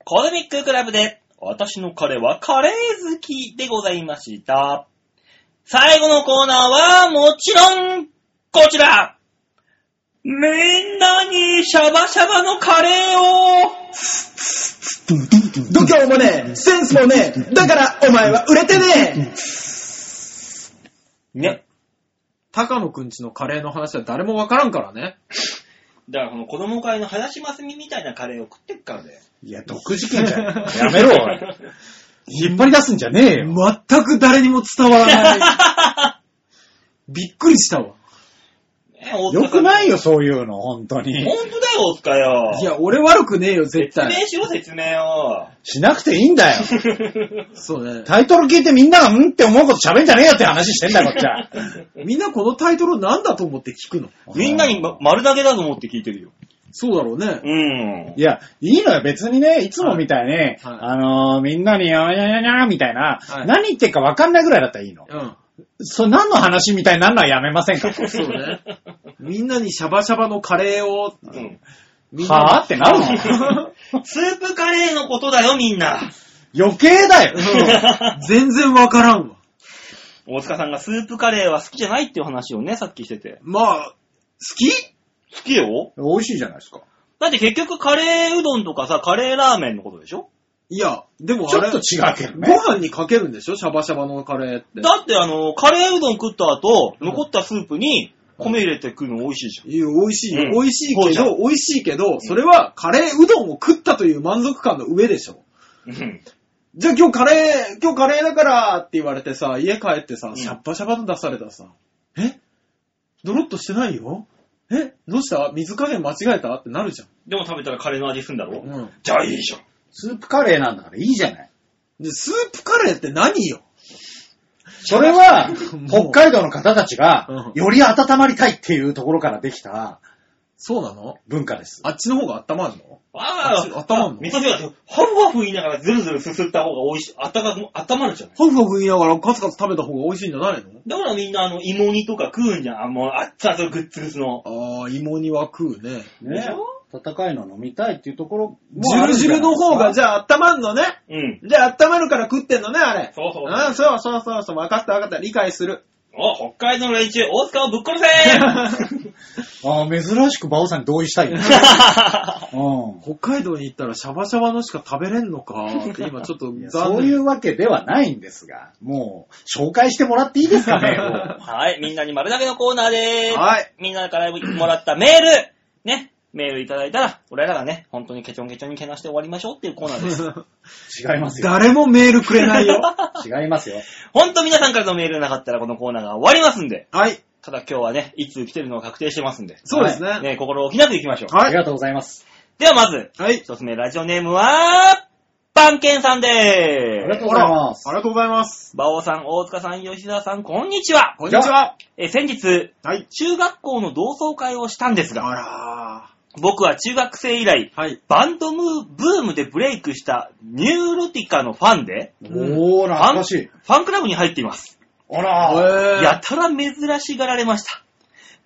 B: コズミッククラブで、私の彼はカレー好きでございました。最後のコーナーは、もちろん、こちらみんなにシャバシャバのカレーを
C: 度胸もねえ、センスもねえ、だからお前は売れてねえ
B: ね。
C: 高野くんちのカレーの話は誰もわからんからね。
B: だからこの子供会の林真澄みたいなカレーを食ってっからだよ。
A: いや、毒事件じゃん。や
B: [LAUGHS]
A: めろ、おい。
C: [LAUGHS]
A: 引っ張り出すんじゃねえよ。
C: 全く誰にも伝わらない。 [LAUGHS] びっくりしたわ。
B: ね、大
A: よ
B: 塚さ
A: く
B: ん
A: ないよ、そういうの、本当に。
B: 本当だよ、大塚よ。
C: いや、俺悪くねえよ、絶
B: 説
C: 対。
B: 明しろ、説明を。
A: しなくていいんだよ。
C: そうね。
A: タイトル聞いてみんながうんって思うこと喋んじゃねえよって話してんだよ、こっ
C: [LAUGHS]
A: ちは。
C: みんなこのタイトルなんだと思って聞くの
B: [LAUGHS] みんなにま丸投げだと思って聞いてるよ。
C: そうだろうね。
B: うん
A: い。や、いいのよ、別にね、いつもみたいに、あのー、みんなに、あやややみたいな、
C: はい
A: 何言ってるか分かんないぐらいだったらいいの。
C: うん。
A: それ何の話みたいになるのはやめませんか
C: そうね。 [LAUGHS] みんなにシャバシャバのカレーを、
B: うん
C: みんなに
A: はぁってなる
C: [LAUGHS]
B: [LAUGHS]
A: の
B: スープカレーのことだよ、みんな。 [LAUGHS]
A: 余計だよ。
C: うん全然わからんわ。
B: 大塚さんがスープカレーは好きじゃないっていう話をね、さっきしてて。
C: まあ、好き
B: 好きよ
A: 美味しいじゃないですか。
B: だって結局カレーうどんとかさ、カレーラーメンのことでしょ
C: いや、でも
A: ちょ
C: あれ
A: っと、違うけど
C: ご
A: ね。
C: 飯にかけるんでしょシャバシャバのカレーって。
B: だってあの、カレーうどん食った後、残ったスープに米入れて食うの美味しいじゃん。
C: いや、美味しいよ、
B: うん
C: 美味しいけ
B: そうじゃ
C: ど、美味しいけど、それはカレーうどんを食ったという満足感の上でしょ。
B: うん
C: じゃあ今日カレー、今日カレーだからって言われてさ、家帰ってさ
B: う、ん
C: シャッバシャバと出されたらさ、えドロッとしてないよえどうした水加減間違えたってなるじゃ
B: でも食べたらカレーの味すんだろ、
C: ん。うん。
B: じゃあいいじゃん。
A: スープカレーなんだからいいじゃない。
C: で、スープカレーって何よ
A: それは
C: も、う
A: 北海道の方たちが、
C: うん
A: より温まりたいっていうところからできた
C: そうなの
A: 文化です。
C: あっちの方が温まるの
B: あ
C: あ
B: あ、
C: 頭の
B: 味噌汁だと、ハフハフ言いながらズルズルすすった方が美味しい、あったかく、温まるじゃない
C: ハフハフ言いながらカツカツ食べた方が美味しいんじゃないの
B: だからみんなあの、芋煮とか食うんじゃん。あ、もう、あっつあつグッツグツの。
C: あー、芋煮は食うね。
B: でし
A: ね
B: ょ。
A: 温かいの飲みたいっていうところ
C: ジュルジュルの方が、じ
A: ゃ
C: ゃあ温まんのね。
B: うん。
C: じゃあ温まるから食ってんのね、あれ。
B: そうそう
C: あそうそうそうそう。分かった分かった。理解
B: [LAUGHS]
C: する。
B: お、北海道の連中、大塚をぶっ殺
C: [LAUGHS]
B: せ
A: ああ、珍しく馬王さんに同意したいよ。う
C: 北海道に行ったらシャバシャバのしか食べれんのか。って今ちょっと
A: んいや。
C: 残
A: そうい
C: 念。
A: うわけではないんですが、もう、紹介してもらっていいです
C: [LAUGHS]
A: かね。も
B: はい、みんなに丸投げのコーナーでーす。
C: はい。
B: みんなからもらったメールね、メールいただいたら、俺らがね、本当にケチョンケチョンにけなして終わりましょうっていうコーナー
C: [LAUGHS]
B: です。
A: う違いますよ。
C: 誰もメールくれ
B: [LAUGHS]
C: ないよ。
A: 違いますよ。
B: ほんと皆さんからのメールなかったらこのコーナーが終わりますんで。
C: はい。
B: ただ今日はね、いつ来てるのを確定してますんで。
C: そうですね。
B: ね、心を置きなく行きましょう。
A: あ
C: は
A: り
C: い。
A: がとうございます。
B: ではまず、
C: はい。
B: 一つ目、ラジオネームは、パンケンさんで
A: ありが
B: ー
A: と
B: す。
A: うございます
C: あらありがとうございます。
B: 馬王さん、大塚さん、吉沢さん、こんにちは。
C: こんにちは。
B: え、先日、
C: はい。
B: 中学校の同窓会をしたんです
C: あ
B: が、
C: ら
B: 僕は中学生以来、
C: ー。はい。
B: バンドムーブームでブレイクしたニューロティカのファンで、
C: うん
A: おー、
B: ファ
A: 懐
B: ン
A: かしい。
B: ファンクラブに入っています。
A: あら
C: えー
B: やたら珍しがられました。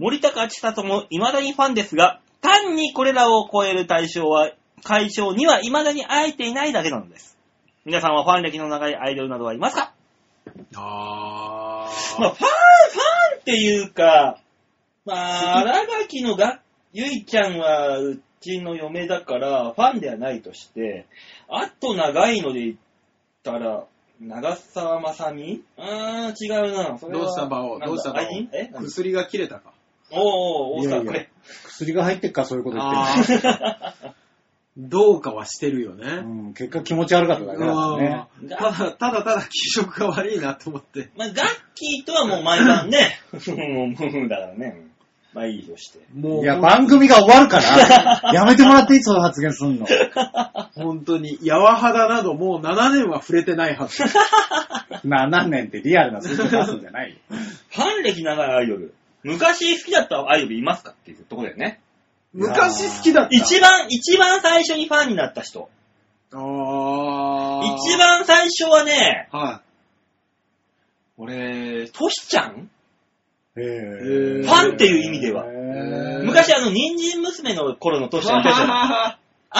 B: 森高千里も未だにファンですが、単にこれらを超える対象は、解消には未だに会えていないだけなのです。皆さんはファン歴の長いアイドルなどはいますか
C: あ
B: ま
C: ー
B: あ、ファン、ファンっていうか、まあ、荒垣のが、ゆいちゃんはうちの嫁だから、ファンではないとして、あと長いので言ったら、長澤まさみうーん、違うな。それは
C: どうした馬王
B: なんだ
C: どうした馬王
B: 愛人えなんだ
C: 薬が切れたか。
B: おーおー、大
A: いや
B: 塚
A: いや
B: これ。
A: 薬が入ってっからそういうこと言ってる。
C: あーどうかはしてるよね。
A: うん、結果気持ち悪かっただけだからね。
C: うんただ、ただただ気色が悪いなと思って。
B: まあ、ガッキーとはもう毎晩ね、 [LAUGHS] もう、もうだからね、まあいいとして。
C: もう、
A: いや、番組が終わるから、やめてもらっていいそういう発言すんの。
C: 本当に、やわ肌などもう7年は触れてないはず。
A: 7年ってリアルな数字を出すんじゃないよ。
B: ファン歴長いアイドル。昔好きだったアイドルいますかっていうとこだよね。
C: 昔好きだった。
B: 一番、一番最初にファンになった人。
C: あー
B: 一。番最初はね、
C: は
B: 俺、トシちゃん
A: へ
C: へ
A: ー
C: ー
B: ファンっていう意味では
A: へー
B: 昔あの、人参娘の頃のトシちゃんいたじゃん。
C: い。
B: あ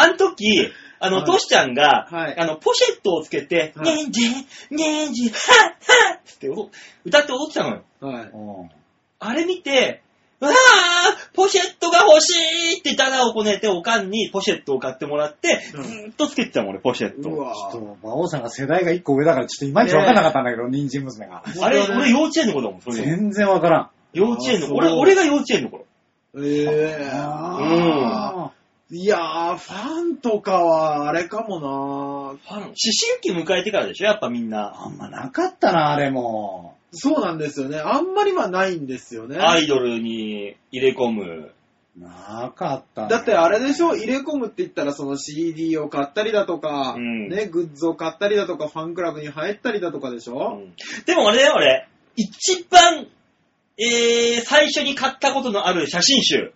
B: の時、あの、トシちゃんが、
C: はい
B: あの、ポシェットをつけて、
C: はい
B: ニンジン、ニンジン、ハッハッってお歌って踊ってたのよ。
C: はい。
A: うん
B: あれ見て、わーポシェットが欲しいってダダをこねて、おかんにポシェットを買ってもらって、ず
C: うん
B: ーっとつけてたもん、俺、ポシェッ
C: う
B: ト。
C: わ
A: ちょっと、馬王さんが世代が一個上だから、ちょっといまいちわからなかったんだけど、人参娘が。
B: あれ、
C: 本当だね
B: 俺、幼稚園の子だもん、それ。
A: 全然わからん。
B: 幼稚園
C: あ
B: の
C: そ
B: 子。
C: う
B: 俺、俺が幼稚園の頃。
C: ええ
A: あー
C: いやー、ファンとかはあれかもな
B: ファン思春期迎えてからでしょ、やっぱみんな。
A: あんまなかったな、あれも。
C: そうなんですよね。あんまりはないんですよね。
B: アイドルに入れ込む。
A: なかったね。
C: だってあれでしょ入れ込むって言ったらその CD を買ったりだとか、
B: うん
C: ね、グッズを買ったりだとか、ファンクラブに入ったりだとかでしょ、
B: でも俺だよ、俺。一番、えー、最初に買ったことのある写真集。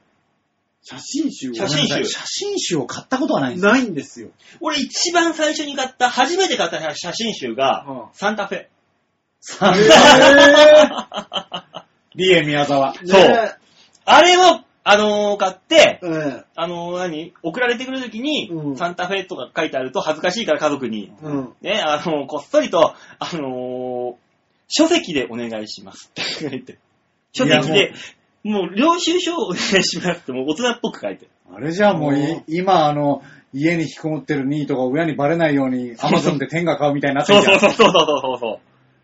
C: 写真集を
B: 写真集
A: ごめんなさい写真集を買ったことはないんですよ
C: ないんですよ。
B: 俺一番最初に買った、初めて買った写真集
C: は
B: が
C: あ、
B: サンタフェ。
A: さリエ宮沢。
B: [LAUGHS] そう
C: ね
B: あれを、あのー買って、
C: ええ
B: あのー何送られてくるときに、
C: うん
B: サンタフェとか書いてあると恥ずかしいから家族に。
C: うん
B: ね、あのーこっそりと、あのー書籍でお願いしますって書いて。書籍で、もう領収書をお願いしますって、もう大人っぽく書いて。
A: あれじゃあもうい
C: うん
A: 今あの、家に引きこもってるニートが親にバレないように、アマゾンで天下買うみたいになって
B: そ
A: ん
B: う
A: じゃ
B: そ
A: ん
B: うそうそうそうそうそう。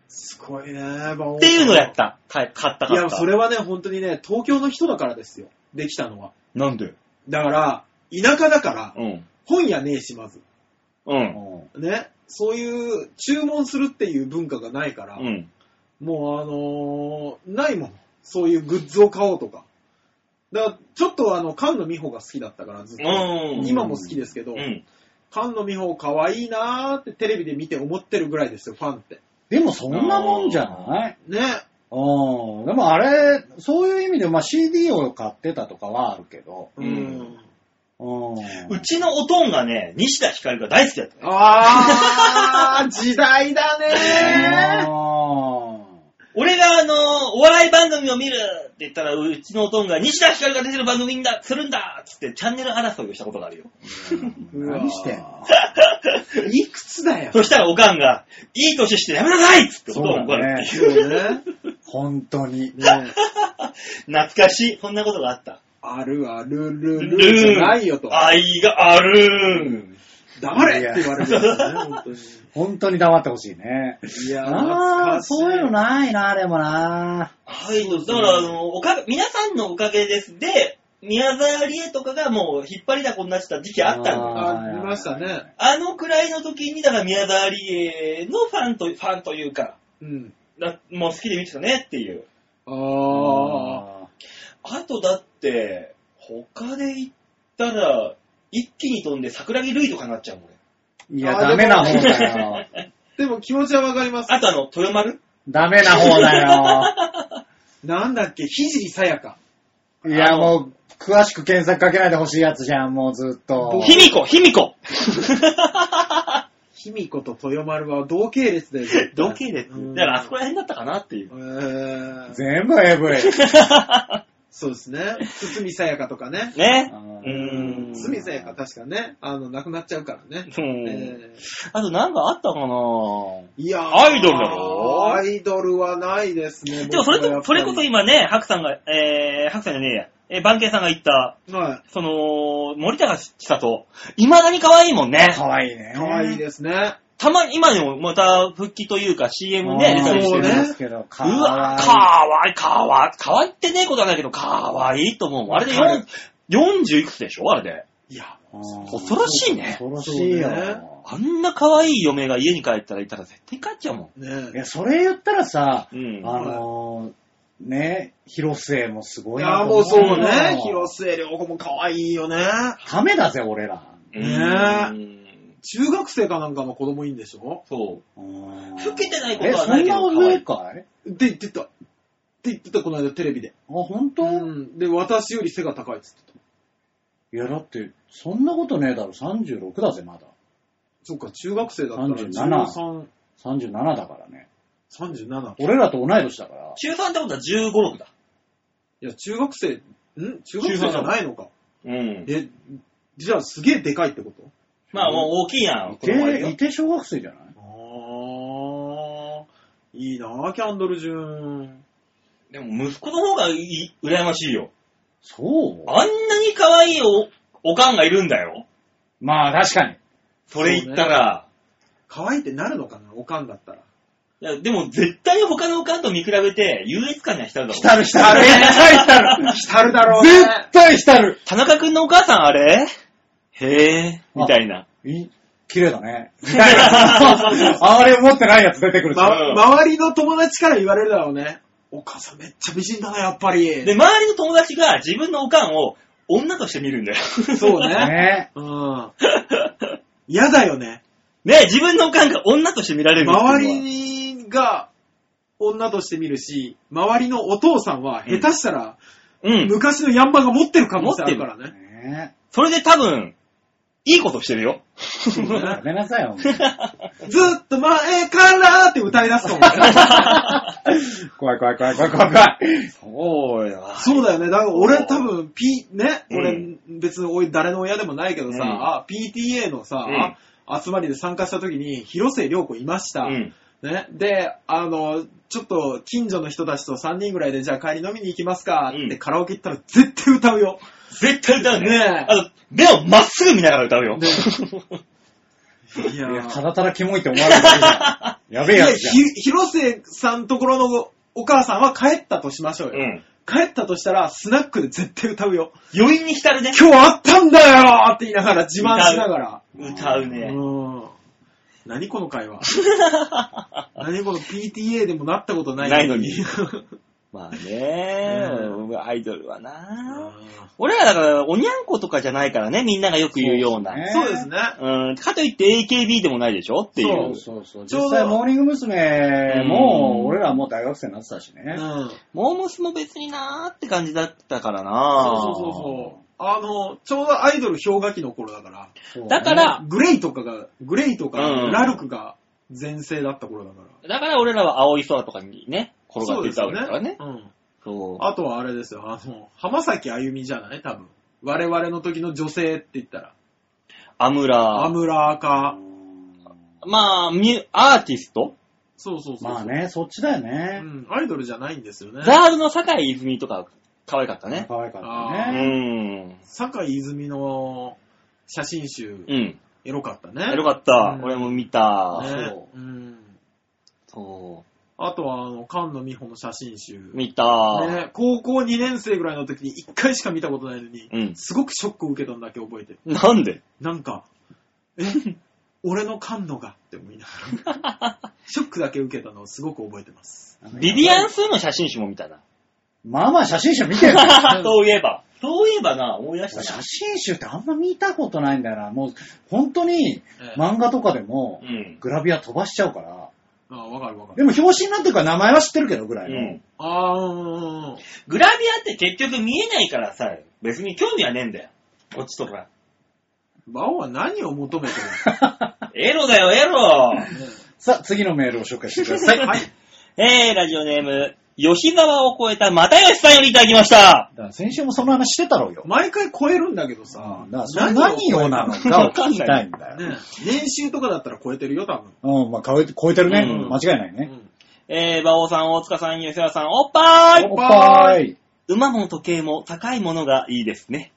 C: すごいね、馬王
B: っ
C: さん
B: ていうのやった。買買った買った。
C: いや、それはね、本当にね、東京の人だからですよ。できたのは。
B: なんで
C: だから、田舎だから、
B: うん。
C: 本屋ねえし、まず。
B: うん。
C: ね。そういう、注文するっていう文化がないから、
B: うん。
C: もうあのーないもん。そういうグッズを買おうとか。だから、ちょっとあの、菅野美穂が好きだったから、ずっと。
B: うん。
C: 今も好きですけど、
B: うん。
C: 菅野美穂可愛いなーってテレビで見て思ってるぐらいですよ、ファンって。
A: でもそんなもんじゃない
C: ね。
A: うん。でもあれ、そういう意味で、まあ CD を買ってたとかはあるけど。
B: うん
A: うん。
B: うちのおとんがね、西田ひかるが大好きだった。
C: あー、時代だね
A: うん
B: 俺があの、お笑い番組を見るって言ったら、うちのおとんが西田ひかるが出てる番組にだ、するんだっつってチャンネル争いをしたことがあるよ。
C: うわ
A: 何してんの
C: ー。いくつだよ。
B: [LAUGHS] そしたらおかんが、いい年してやめなさいっつっておとんが怒るっていう。
C: そうね。
A: 本当に。
C: ね
B: 懐かしい。そんなことがあった。
C: あるあるるるるじゃないよと。
B: 愛があるーん。
C: 誰って言われるんですよね、本当に。
A: 本当に黙ってほしいね。
C: いやー、懐
A: あ
C: か
A: あ、
C: しい。
A: そういうのないな、でもな。
B: はい、だから、あの、おかげ、皆さんのおかげです。で、宮沢りえとかがもう引っ張りだこになってた時期あったんだよ。
C: あありましたね。
B: あのくらいの時に、だから宮沢りえのファンと、ファンというか、
C: うん。
B: だもう好きで見てたねっていう。
C: ああ。
B: あとだって、他で言ったら、一気に飛んで桜木類とかになっちゃうもんね。
A: いや、ダメな方だよ。
C: でも気持ちはわかります。
B: あとあの、豊丸
A: ダメな方だ
C: なんだっけ、ひじりさやか。
A: よ。いや、もう、詳しく検索かけないでほしいやつじゃん、もうずっと。
B: 卑弥呼卑弥呼
C: ひみこと豊丸は同系列だよ。
B: [LAUGHS] [LAUGHS]
C: 絶対
B: 同系列。
C: うん
B: だからあそこら辺だったかなっていう
C: え。ー、
A: 全部
B: [LAUGHS]
A: AV。
C: そうですね。堤さやかとかね。
B: ね。
A: う
B: うんん。
C: 堤さやか確かね、あの、亡くなっちゃうからね。
B: そう
C: えー
B: あとなんかあったかない
C: やー
B: アイドルだろ
C: アイドルはないですね。
B: でもそれ
C: 僕はや
B: と、
C: っぱ
B: そ
C: り
B: れこそ今ね、白さんが、えー、白さんじゃねえや、えー、番犬さんが言った、
C: は
B: その、森高千里、未だに可愛いもんね。
A: かわいいね。
C: い。可愛いですね。
B: たまに、今でもまた復帰というか CM ね、出たりし
A: そ
B: て
A: う
B: る。
A: ね。か
B: うわ、
A: わ
B: かわいい、かわいい、かわいってねえことはないけど、かわいいと思う。あれで
C: わかる
B: 4 40いくつでしょあれで。
C: いや、
A: い。
B: 恐ろしいね。
A: 恐ろしいよ
C: そうね。
B: あんな可愛い嫁が家に帰ったらいたら絶対帰っちゃうもん。
C: ね
A: いや、それ言ったらさ、
B: うん。
A: あのー、ね、広末もすご
C: い
A: いな
C: や、
A: と
C: も
A: 思
C: うそう
A: よ
C: ね。広末涼子も可愛いよね。
A: ためだぜ、俺ら。
B: うん
C: 中学生かなんかの子供いいんでしょ
B: そう。
A: 老
B: 老けてないことはない
A: え、
B: け
A: そ
B: ど
A: んな上かい
C: って言ってた。って言ってた、この間テレビで。
A: あ、本当、
C: うん。で、私より背が高いっつってた。
A: いや、だって、そんなことねえだろ。36だぜ、まだ。
C: そっか、中学生だったら
A: 37
C: 13、
A: 37だからね。
C: 37。
A: 俺らと同い年だから。
B: 中3ってことは15、6だ。
C: いや、中学生、ん中学生じゃないのか。
B: うん。
C: え、じゃあすげえでかいってこと
B: まあもう大きいやん。
A: い
B: 子供がいる
A: て、
B: よ
A: いて小学生じゃない
C: あー、いいなぁ、キャンドルジューン。
B: でも息子の方がいい羨ましいよ。
A: そう
B: あんなに可愛いお、おかんがいるんだよ。
A: まあ確かに。
B: それ言ったら。
C: 可愛いってなるのかな、おかんだったら。
B: いや、でも絶対他のおかんと見比べて、優越感には浸るだろう。
A: 浸る浸る。絶対浸る。
C: 浸るだろうね。
A: 絶対浸る。
B: 田中くんのお母さんあれへぇー、みたいな。
A: い綺麗だね。みたいな。あれ持ってないやつ出てくると
C: ま
B: うん
C: 周りの友達から言われるだろうね。お母さんめっちゃ美人だな、やっぱり。
B: で、周りの友達が自分のおかんを女として見るんだよ。
C: そうね。
A: ね。
C: うん。嫌だよね。
B: [LAUGHS] ね自分のおかんが女として見られるっていうのは
C: 周りが女として見るし、周りのお父さんは下手したら
B: うん。
C: 昔のヤンマが持ってる可能性あるからね。
A: ね
B: それで多分、いいことしてるよ。
A: やめなさいよ。
C: ずっと前からって歌い出すと
B: [LAUGHS]
C: 思う。
A: 怖い怖い怖い怖い怖い怖い。
B: そうよ。
C: そうだよね。だから俺多分 P、ね、
B: うん
C: 俺別に俺誰の親でもないけどさ、
B: うん
C: あ PTA のさ、集まりで参加した時に広末涼子いました。
B: うん。
C: ね、で、あの、ちょっと近所の人たちと3人ぐらいでじゃあ帰り飲みに行きますかって、
B: うん
C: カラオケ行ったら絶対歌うよ。
B: 絶対歌うね。
C: ねえ
B: あの、目をまっすぐ見ながら歌うよ。
C: ねいや
A: いや、
C: ー
A: ただただキモいって思われるだけじゃん。やべえ
C: いや
A: やつじゃん。
C: ひ広末さんところのお母さんは帰ったとしましょう
B: [LAUGHS] う
C: よ。
B: ん。
C: 帰ったとしたら、スナックで絶対歌うよ。
B: 余韻に浸るね。
C: 今日あったんだよーって言いながら、自慢しながら。
B: 歌う
C: う
B: ね。
C: ん。何この会話。何この PTA でもなったことない
B: ないのに
C: うん
B: まあね、
C: う
B: アイドルはな。俺らだから、おにゃんことかじゃないからね、みんながよく言うような。
A: そうですね
C: [LAUGHS] そうですね。
B: うん、かといって AKB でもないでしょっていう。
A: そうそうそう。
C: ちょうど
A: 実際、モーニング娘。も、俺らもう大学生になってたし
C: う
A: ね。
C: ん。
B: モームスも別になーって感じだったから
C: そう
B: な
C: そうそうそう。あの、ちょうどアイドル氷河期の頃だから、
A: そう
B: だから、
C: グレイとかが、グレイとか、
B: うん
C: ラルクが全盛だった頃だから。
B: だから俺らは青い空とかにね、転がっていたわけだからね。
C: そうですよね。
B: そう
C: うん。あとはあれですよ、あの、浜崎あゆみじゃない多分。我々の時の女性って言ったら。
B: アム
C: ア
B: ラ
C: ムラーか。
B: まあ、ミュアーティスト、
C: そうそうそう。
A: まあ。ね、そっちだよ
C: う
A: ね。
C: ん、アイドルじゃないんですよね。
B: ザールの坂井泉とか可愛かったね。
A: 可愛かっ
B: う
A: た
C: あ
A: ね。
B: ん。
C: 坂井泉の写真集、
B: うん。
C: エロかったね。
B: エロかった。
C: うん
B: 俺も見た。
C: ね。
B: そう
C: ん。
B: そ
C: あとは、あの、菅野美穂の写真集。
B: う。見た。
C: ね、高校2年生ぐらいの時に1回しか見たことないのに、
B: うん
C: すごくショックを受けたんだけ覚えてる。
B: なんで
C: なんか、
B: [LAUGHS]
C: え、俺の菅野がって思いながら、ショックだけ受けたのをすごく覚えて
B: [LAUGHS]
C: ます。
B: ビビアンスーの写真集も見たな。
A: まあまあ写真集
B: [LAUGHS]
A: 見てる
B: そういえば。そういえばな、思い出した
A: 写
B: な。
A: 真集ってあんま見たことないんだよな。もう、本当に、
C: ええ
A: 漫画とかでも
B: う、ん。
A: グラビア飛ばしちゃうから。
C: ああ、わかるわか
A: で
C: る。
A: も表紙になってるから名前は知ってるけどぐら
B: う
A: いの [LAUGHS]
B: ん。。
C: ああ、うんうん
B: グラビアって結局見えないからさ、別に興味はねえんだよ。こっちとか。
C: バオは何を求めて
B: エロだよ、エロ
C: るの、ね
A: さあ、次のメールを紹介してください。
C: はい。
B: [LAUGHS] えー、ラジオネーム、吉沢を超えた又吉さんよりいただきました。
A: だから先週もその話してたろうよ。
C: 毎回超えるんだけどさ、
A: うんだからそれ何をなのかを聞きたいんだよ。
C: ね、年収とかだったら超えてるよ、多分。
A: うん、まあ超えて超えてるね。
B: うん
A: 間違いないうね。
C: ん
B: えー、馬王さん、大塚さん、吉沢さん、おっぱーい
A: おっぱーい。
B: 馬も時計も高いものがいいですね。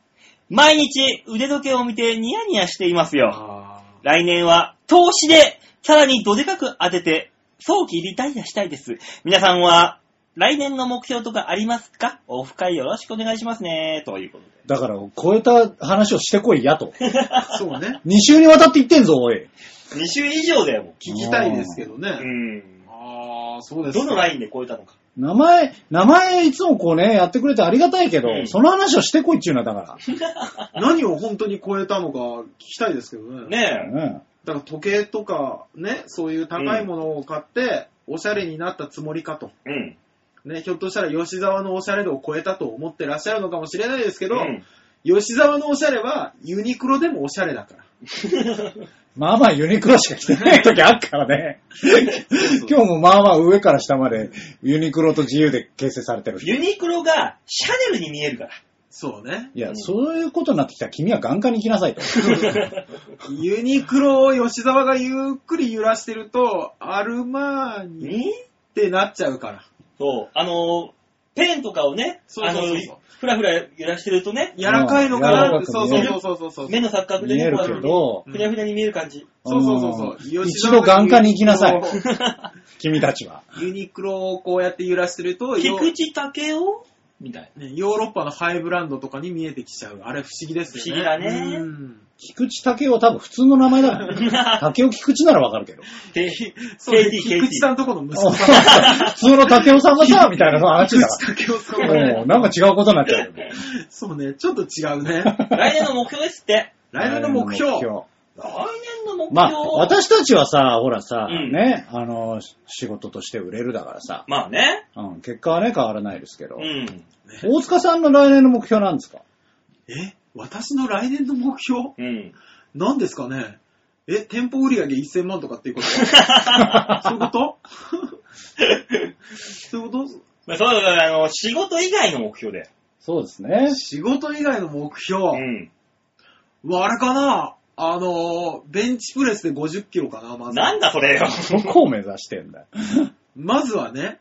B: 毎日腕時計を見てニヤニヤしていますよ。
C: あ
B: 来年は投資でさらにどでかく当てて早期リタイアしたいです。皆さんは来年の目標とかありますかオフ会よろしくお願いしますね。ということで。
A: だから、超えた話をしてこいやと。
C: ーそうね。
A: 2週にわたって言ってんぞ、おい。
B: 2週以上だよ、も
C: 聞きたいですけどね。
B: う。うん。
C: ああ、そうです
B: ど
C: か
B: のラインで超えたのか。
A: 名前、名前いつもこうね、やってくれてありがたいけど、
B: うん
A: その話をしてこいっちゅうのはだか
C: 何を本当に超えたのか聞きたいですけどね。
A: ら。
B: ね
A: うん。
C: だから時計とか、ね、そういう高いものを買って、おしゃれになったつもりかと。
B: え。うん。
C: ね、ひょっとしたら吉沢のおしゃれ度を超えたと思ってらっしゃるのかもしれないですけど、
B: うん
C: 吉沢のおしゃれはユニクロでもおしゃれだから。
A: まあまあユニクロしか着てない時あっからね。今日もまあまあ上から下までユニクロと自由で形成されてる。
B: ユニクロがシャネルに見えるから。
C: そうね。
A: いや、
B: うん
A: そういうことになってきたら君は眼科に行きなさいと。
C: ユニクロを吉沢がゆっくり揺らしてると、アルマーニっ
B: に
C: てなっちゃうから。
B: そう、あの、ペンとかをね、
C: そうそうそうそう
B: あの、ふらふら揺らしてるとね、
C: 柔らかいのか
A: う
C: なんそう
A: 柔
C: そう
B: かく
A: ら
B: 見える
C: そうそうそう。
B: 目の錯覚で
A: 見
B: ね
A: える
B: こう
A: けど、
B: ふにゃふにゃに見える感じ。
C: そうそうそうそう。
A: うん
C: 吉沢
A: 一度眼科に行きなさい
C: ユニク
A: 君たちは。
C: ロユニクロをこうやって揺らしてると、ヨ
B: 菊池武雄みたい
C: ねヨーロッパのハイブランドとかに見えてきちゃう。あれ不思議ですよね。
B: 不思議だね
C: うん
A: 菊池武雄は多分普通の名前だから、ね。
B: な。
A: 武雄菊池ならわかるけど。 [LAUGHS]
B: KT、
C: そう
B: KT、
C: ね菊池さんとこの息子さん。
A: 普通の武雄さんがさ、みたいな
C: [LAUGHS]
A: 話だか
C: 竹雄さん
A: ら。
C: はね
A: もうなんか違うことになっちゃうよね。
C: そうね、ちょっと違うね。
A: [LAUGHS]
B: 来年の目標ですって。
C: 来年の目標。
B: 来年の目標
A: まあ、私たちはさ、ほらさ、
B: うん
A: ね、あの、仕事として売れるだからさ、
B: まあね。
A: うん、結果はね、変わらないですけど、
B: うん。
A: 大塚さんの来年の目標なんですか
C: え私の来年の目標
B: うん。
C: 何ですかねえ、店舗売上1000万とかっていうこと [LAUGHS] そういうこと [LAUGHS] そういうこ
B: まあ、そうだから、あの、仕事以外の目標で。
A: そうですね
C: と。仕事以外の目標、
B: うん。
C: わあれかなあのー、ベンチプレスで50キロかな、まず。
B: なんだそれよ。
A: どこを目指してんだよ。
C: まずはね、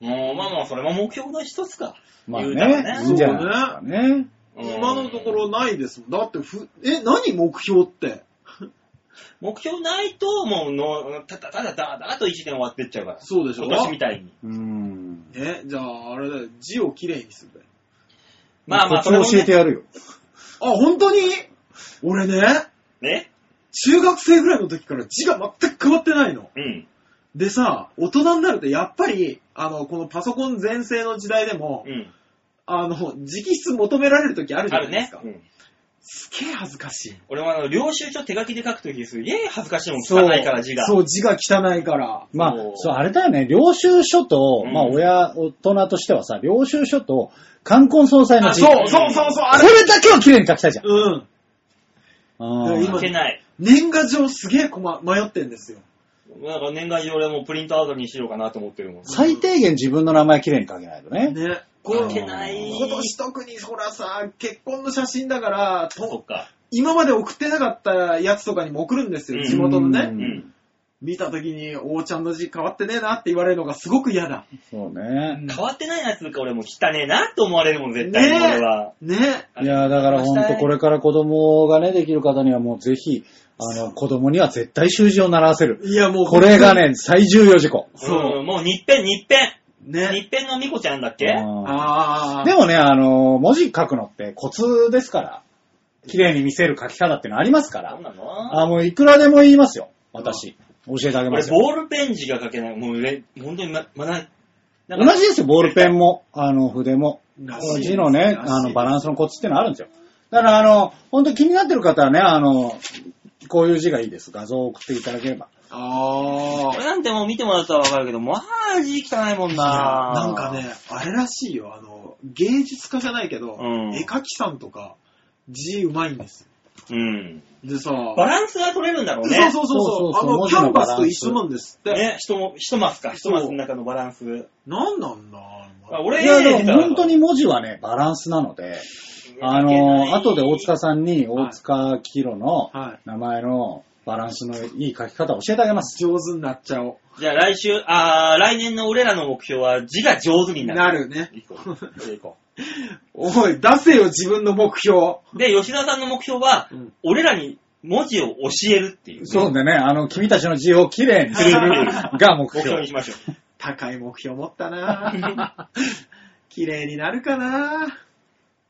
B: もう、まあまあ、それも目標の一つか。
A: まあ
B: 言うたら
A: ね
B: ね、
A: いいんじゃないですかね。
B: うん
C: 今のところないですもん。だってふ、え、何目標って。
B: 目標ないと、もうの、ただただだだと一年終わってっちゃうから。
C: そうでしょ
B: 今年みたいに。
A: うーん。
C: え、じゃあ、あれだよ、字をきれいにするんだよ。
B: まあまあ、そ
A: こっ
B: れ
A: ち
B: も、
A: も教えて
B: ね、
A: やるよ。
C: あ、本当に俺ね、
B: ね。
C: 中学生ぐらいの時から字が全く変わってないの。
B: うん。
C: でさ、大人になるとやっぱり、あの、このパソコン全盛の時代でも、
B: うん。
C: あの、直筆求められる時あるじ
B: あ
C: ゃな
B: る
C: いで
B: ね
C: すか。。
B: うん
C: すげえ恥ずかしい。
B: 俺もあの、領収書手書きで書くときすげえ恥ずかしいもん。汚いから字が。
C: そう、字が汚いから。
A: まあ
B: そう、
A: そう、あれだよね、領収書と、
B: うん
A: まあ、親、大人としてはさ、領収書と、冠婚葬祭の
C: あ
A: 字。
C: そう、そうそうそう、あ
A: こ
C: れ。
A: れだけは綺麗に書きたいじゃん。
C: うん。
A: あー
C: 今
B: 書けない。
C: 年賀状すげえこま迷ってんですよ。
B: なんか年賀状俺もうプリントアウトにしようかなと思ってるもん。
A: 最低限自分の名前綺麗に書けないとね。
C: ね。
B: 書
C: こ
B: けない。
C: 今年特にほらさ、結婚の写真だから、と
B: そっか。
C: 今まで送ってなかったやつとかにも送るんです
B: う
C: よ、
B: ん
C: 地元の
B: う
A: う
C: ね。
B: ん。
C: 見た時に、おーちゃんの字変わってねえなって言われるのがすごく嫌だ。
A: そうね。
B: 変わってないやつうか俺もう汚ねえなって思われるもん、絶対に
C: ねえ
B: 俺は。
C: ね。
A: いやーだからほんとこれから子供がね、できる方にはもうぜひ、あの、子供には絶対習字を習わせる。
C: いやもう、
A: これが。ね、最重要事項。
C: そう
B: うん。もう日編、日編。
C: ね。
B: 日編のみこちゃんだっけ
A: あ
C: あ
A: ー
C: あ。
A: でもね、あの、文字書くのってコツですから、綺麗に見せる書き方ってのありますか
B: そ
A: ら
B: う、なの
A: あーもういくらでも言いますよ、私。教えてあげま
B: 俺、
A: すよ。
B: ボールペン字が書けない。もうれ、本当にま、まな、な
A: 同
B: んか
A: じですよ、ボールペン
C: [LAUGHS]
A: も、あの、筆も。
C: らしいです
A: 字のね、あの、バランスのコツっていうのはあるんですよ。だから、あの、本当に気になってる方はね、あの、こういう字がいいです。画像を送っていただければ。
C: あ
B: 俺
C: ー
B: なんてもう見てもらったらわかるけど、まあ字汚いもんな。
C: なんかね、あれらしいよ、あの、芸術家じゃないけど、
B: うん
C: 絵描きさんとか、字うまいんです
B: うん。
C: よ。でさ、
B: バランスが取れるんだろうね。
C: そうそうそうそう、
A: そうそうそう
C: あの、
A: 文
C: キ
A: 字
C: ャ
A: の
C: ン
A: バ
C: バ
A: ラ
C: ス
A: ンス
C: と一緒なんですって。
B: ね、ひとも、ひとマスか、ひとマスの中のバランス。
C: なんなんだあ
B: あ
C: れ
B: 俺、
A: いや、で
B: 下手
A: も
B: だ
A: 本当に文字はね、バランスなので、あ
B: いけ
A: の、
B: ない
A: 後で大塚さんに、大塚キロの
C: はい
A: 名前のバランスのいい書き方を教えてあげます。
C: 上手になっちゃお
B: じゃあ来週、あー来年の俺らの目標は字が上手
C: う。
B: になる。
C: なるね。
B: いこ
C: [LAUGHS]
B: う。それいこ
C: おい、出せよ、自分の目標。
B: う。で、吉田さんの目標は、
C: うん
B: 俺らに文字を教えるっていう。
A: そうでね、あの、君たちの字をきれい
C: [LAUGHS]
A: にするが目
B: 目標に
A: 標。
B: しましょう。
C: 高い目標持った [LAUGHS] な綺麗になるかな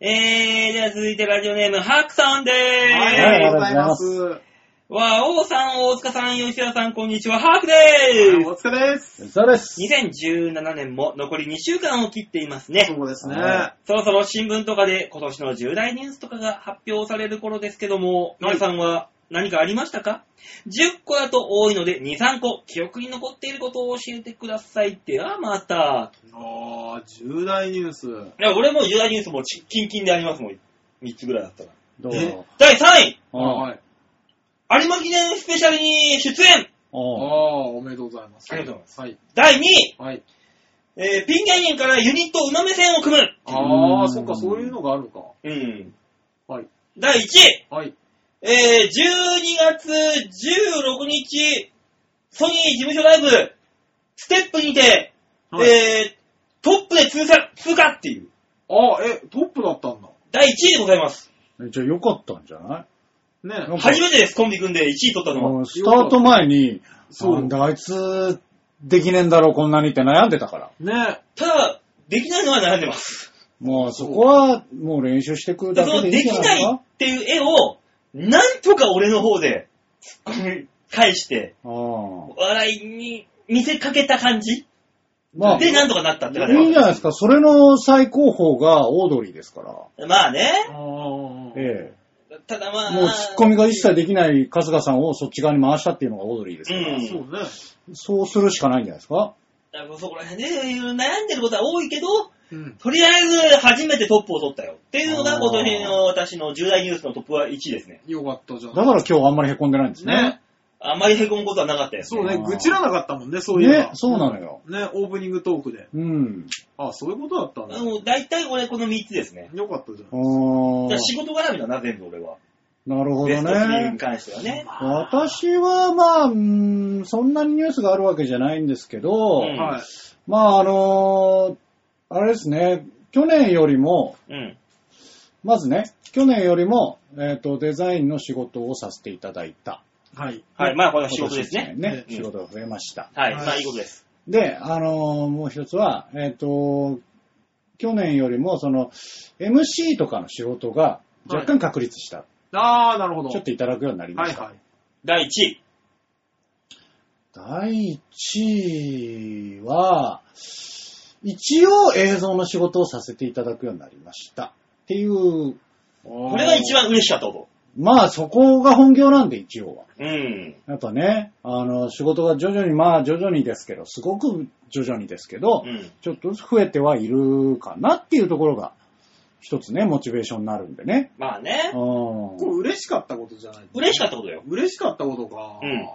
B: えー、じゃあ続いてラジオネーム、ハークさんで
C: は
B: ーす。
A: いありがとうご
C: ご
A: ざ
C: ざ
A: い
C: い
A: ま
C: ますす。
B: わあ、王さん、大塚さん、吉田さん、こんにちは、ハーク
C: はい
B: でー
C: お疲れです。
A: そうです。
B: す。2017年も残り2週間を切っていますね。
C: そうですね。
A: は
B: そろそろ新聞とかで今年の重大ニュースとかが発表される頃ですけども、皆さんは何かありましたか ?10 個だと多いので2、3個、記憶に残っていることを教えてください。ではまた。
C: あー、重大ニュース。
B: いや、俺も重大ニュースもちキンキンでありますもん。3つぐらいだったら。
A: どう
C: え
A: ぞ。
B: 第3位
A: うん
C: い。
B: 有馬記念スペシャルに出演
C: あー、
A: うん
C: おめでとうございます。。
B: ありがとうございます
C: はい。
B: 第2位
C: はい。
B: えーピン芸人からユニットうなめ線を組む。
C: ああ、そっか、そういうのがあるのか。
B: うん。
C: はい。
B: 第1位、
C: はい。
B: えー、12月16日、ソニー事務所ライブ、ステップにて、
C: はい
B: えー、トップで通過、通過っていう、
C: ああ、え、トップだったんだ。
B: 第1位でございます。
A: えじゃあよかったんじゃない
C: ね。
B: 初めてです、コンビ組んで1位取ったのは。
A: もうスタート前に、
C: そう
A: なんだあいつ、できねえんだろう、こんなにって悩んでたから。
C: ね。
B: ただ、できないのは悩んでます。
A: もうそこは、もう練習してく
B: で
A: だ
B: その
A: けでい
B: で
A: いん
B: き
A: じゃ
B: な
A: ないい
B: っ
A: か
B: ていう絵を、なんとか俺の方で、突っ込み返して、
A: ああ
B: 笑いに見せかけた感じ
A: まあ、い
B: で、なんとかなったって感
A: いんじゃないですか。それの最高峰がオードリーですから。
B: じ。まあね。
C: ああ。
A: え
B: ただ
A: え。
B: まあ。
A: もう突っ込みが一切できない春日さんをそっち側に回したっていうのがオードリーですから。
B: うん
C: そうね。
A: そうするしかないんじゃないですか。
B: だからそこら辺で悩んでることは多いけど、
C: うん。
B: とりあえず初めてトップを取ったよ。っていうのが今年の私の重大ニュースのトップは1位ですね。
C: よかったじゃん。
A: だから今日あんまり凹んでないんですね。
C: ね。
B: あんまり凹むことはなかったよ。
C: そうね
A: あ、ー
C: 愚痴らなかったもんね、そういえ
A: ね
C: ば。、
A: そうなのよ。
C: ね、オープニングトークで。
A: うん。
C: あ、そういうことだったんだ。
B: うん大体俺この3つですね。
C: よかったじゃん。
A: あ
B: だ
A: ー
B: から仕事絡みだな、全部俺は。
A: なるほ
B: ベ
A: ど
B: スト3
A: ね
B: に。関してはね。
A: 私はまあ、うーんそんなにニュースがあるわけじゃないんですけど、
B: うん
C: はい。
A: まああのーあれですね、去年よりも、
B: うん。
A: まずね、去年よりも、えっ、と、デザインの仕事をさせていただいた。
C: はい。
B: はい。まあこれは仕事ですね。
A: 今年一年ね
B: うん
A: 仕事が増えました。
B: はい。
C: はい
B: まあいいことです。
A: で、あのーもう一つは、えっ、と、去年よりも、その、MC とかの仕事が若干確立した。
C: ああ、なるほど。
A: ちょっといただくようになりま
C: はい
A: した。
C: はい。
B: 第1位。
A: 第1位は、一応映像の仕事をさせていただくようになりました。っていう、
B: こ
C: こ
B: れが一。番嬉しかったこと。
A: まあそこが本業なんで一応は。
B: うん。
A: やっぱね、あの、仕事が徐々に、まあ徐々にですけど、すごく徐々にですけど、
B: うん。
A: ちょっとずつ増えてはいるかなっていうところが、一つね、モチベーションになるんでね。
B: まあね。
A: うん
C: これ嬉しかったことじゃない
B: 嬉しかったことよ。
C: 嬉しかったことか。
B: うん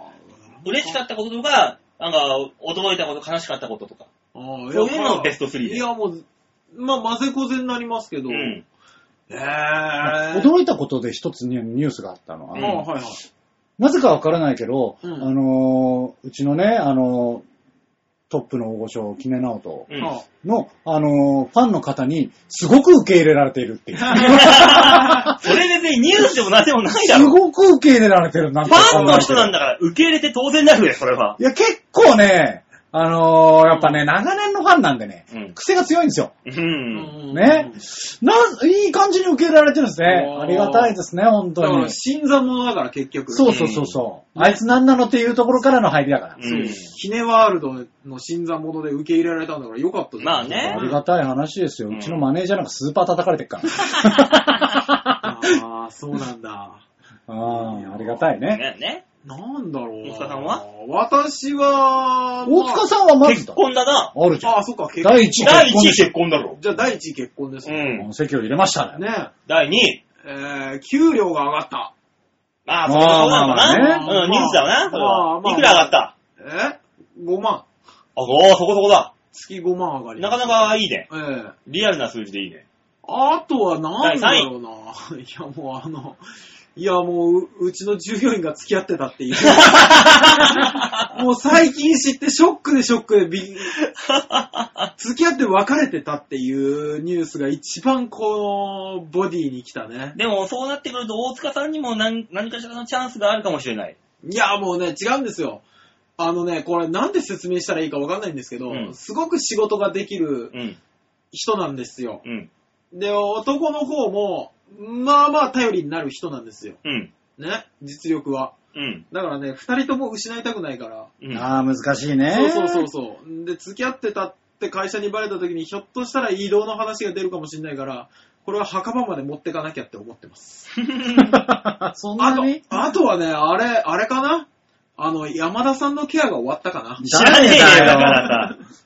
B: 嬉しかったこととか、なんか、驚いたこと、悲しかったこととか。
C: あー
B: そういうの
C: ま
B: を
C: あ
B: ベスト3
C: い
B: です。
C: や、もう、まあ、まぜこぜになりますけど。
B: う
C: え
B: ん。
C: えー。あ
A: 驚いたことで一つにニュースがあったのは、
B: う
C: あ
B: ん
C: ー、はいはい。
A: なぜかわからないけど、
C: うん
A: あのーうちのね、あのートップの大御所、キネナオト
B: うん。
C: あ
A: の、あのーファンの方に、すごく受け入れられている
B: [LAUGHS]
A: っていう。
B: それ別にニュースでも何でもないだ
A: す
B: ろ。
A: ごく受け入れられてる、なん
B: フ
A: かわか
B: ァン
A: んない
B: の
A: け
B: 人
A: ど
B: なんだから、受け入れて当然だよ、それは。
A: いや、結構ね、あのーやっぱね、長年のファンなんでね、
B: うん
A: 癖が強いんですよ。
B: う。
C: うんん
A: ねな、いい感じに受け入れられてるんですね
C: お。ー
A: ありがたいですね、本
C: だか
A: 当に
C: ら、。新参者だから結局。
A: そうそうそうそう。あいつ何なのっていうところからの入りだから。
B: うん
C: ヒネワールドの新参者で受け入れられたんだからよかったじゃん
B: まあね
A: ありがたい話ですよ。
B: うん
A: うちのマネージャーなんかスーパー叩かれてっから。
C: ああ、そうなん
B: [LAUGHS]
C: だ。
A: ああ、ありがたいね。
B: ね、ね。
C: なんだろうな。
B: 大塚さんは
C: 私は、
A: 大塚さんはまず
B: 結
A: だ。
B: 婚だな。
A: あるじ
C: まあ、あ
A: ゃん
C: あ、。そっか、結婚。
A: 第一
B: 第1
A: 結婚
B: 位
A: でし
B: 結婚だろ。
C: じゃあ、第一位結婚です
B: う
C: ね。
A: ょ。
B: ん。
A: 席を入れましたね。
C: ね
B: 第2位。
C: えー、給料が上がった。
B: まあ、そういうことなのか
A: ま
B: な
A: あ。
C: まあね
B: うん、ニュースだよな。それ
C: まあま
B: は
C: あ
B: いくら上がったあ、
C: え ?5 万。
B: おー、そこそこだ。
C: 月5万上がり
B: な
C: ま
B: か
C: し
B: な
C: た。
B: かいいね。
C: ええ
B: リアルな数字でいいね。
C: あとはなんだろうな。いや、もうあの、いや、もうう、うちの従業員が付き合ってたっていう。
B: [LAUGHS]
C: もう最近知ってショックでショックでび、付き合って別れてたっていうニュースが一番このボディに来たね。
B: でも、そうなってくると、大塚さんにも何何かしらのチャンスがあるかもしれない。
C: いや、もうね、違うんですよ。あのね、これなんで説明したらいいかわかんないんですけど、
B: うん
C: すごく仕事ができる
B: うん。
C: 人なんですよ。
B: うん。
C: で、男の方も、まあまあ頼りになる人なんですよ。
B: うん。
C: ね、実力は。
B: うん。
C: だからね、二人とも失いたくないから。
B: うん。
A: ああ、難しいね。
C: そうそうそうそう。で、付き合ってたって会社にバレた時に、ひょっとしたら移動の話が出るかもしれないから、これは墓場まで持ってかなきゃって思ってます。
A: [LAUGHS] そん
C: あ
A: な
C: と
A: に、
C: あとはね、あれ、あれかなあの、山田さんのケアが終わったかな
B: 知らねえよ、だ
A: 誰だ
B: か
A: よ
B: らさ。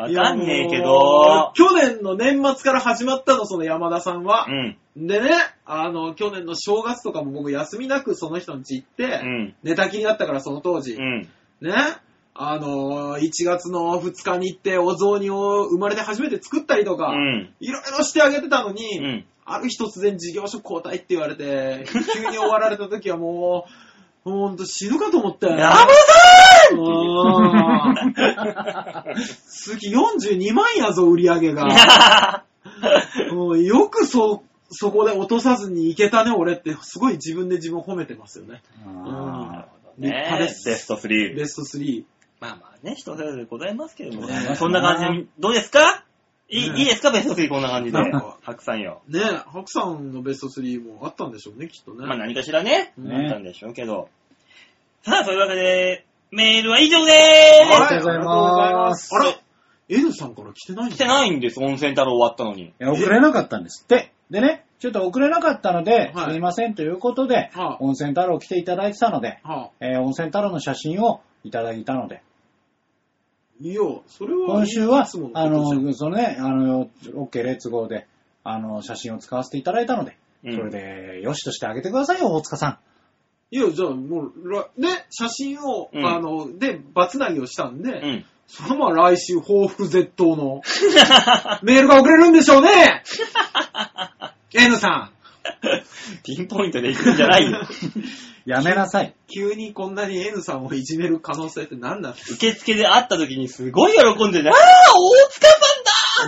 B: わかんねえけ
C: いやも
B: ど
C: う。去年の年末から始まったの、その山田さんは
B: う。ん。
C: でね、あの、去年の正月とかも僕休みなくその人の家行って、
B: うん。
C: 寝たきりだったからその当時。
B: うん。
C: ね。あのー、1月の2日に行ってお雑煮を生まれて初めて作ったりとか、
B: うん。
C: いろいろしてあげてたのに、
B: うん。
C: ある日突然事業所交代って言われて、急に終わられた時はもう、もうほんと死ぬかと思ったよ。
B: やば
C: うーん次42万やぞ、売り上げが。うんよくそ、そこで落とさずにいけたね、俺って、すごい自分で自分を褒めてますよね。
A: あ
C: 立派
B: ね
C: で
B: え
C: す
B: ベスト3。
C: ベスト3。
B: まあまあね、人それぞれございますけども
A: ございます
B: ね。
A: ね
B: そんな感じで、どうですかいい,、
C: ね
B: いいですかベスト3こんな感じで
C: なんか。
B: 白さんよ。
C: ねえ、白さんのベスト3もあったんでしょうね、きっとね。
B: まあ何かしらね、
A: ね
B: あったんでしょうけど。さあ、そういうわけで、メールは以上で
A: あ
B: ー
A: りがとうございます
C: あら、N さんから来てないん
B: す
C: だ
B: 来てないんです、温泉太郎終わったのに。
A: いや遅れなかったんですって。でね、ちょっと遅れなかったので、
C: はい
A: すいませんということで、
C: はあ
A: 温泉太郎来ていただいてたので、
C: はあ、
A: えー温泉太郎の写真をいただいたので、
C: いや、それは、
A: 今週はい
C: つも、
A: あ
C: ことじゃん
A: の、そのね、あの、OK、レッツゴーで、あの、写真を使わせていただいたので、
B: うん
A: それで、よしとしてあげてくださいよ、大塚さん。
C: いや、じゃあもう、らね、写真を、
B: うん
C: あの、で、バツなぎをしたんで、
B: うん。 [LAUGHS]
C: そのまま来週、報復絶倒の、 [LAUGHS] メールが送れるんでしょう
B: [LAUGHS]
C: ね !N さん、
B: ピンポイントで行くんじゃないよ。
A: やめなさい。
C: 急にこんなに N さんをいじめる可能性って何なんです
B: 受付で会った時にすごい喜んでね、ああ大塚
C: か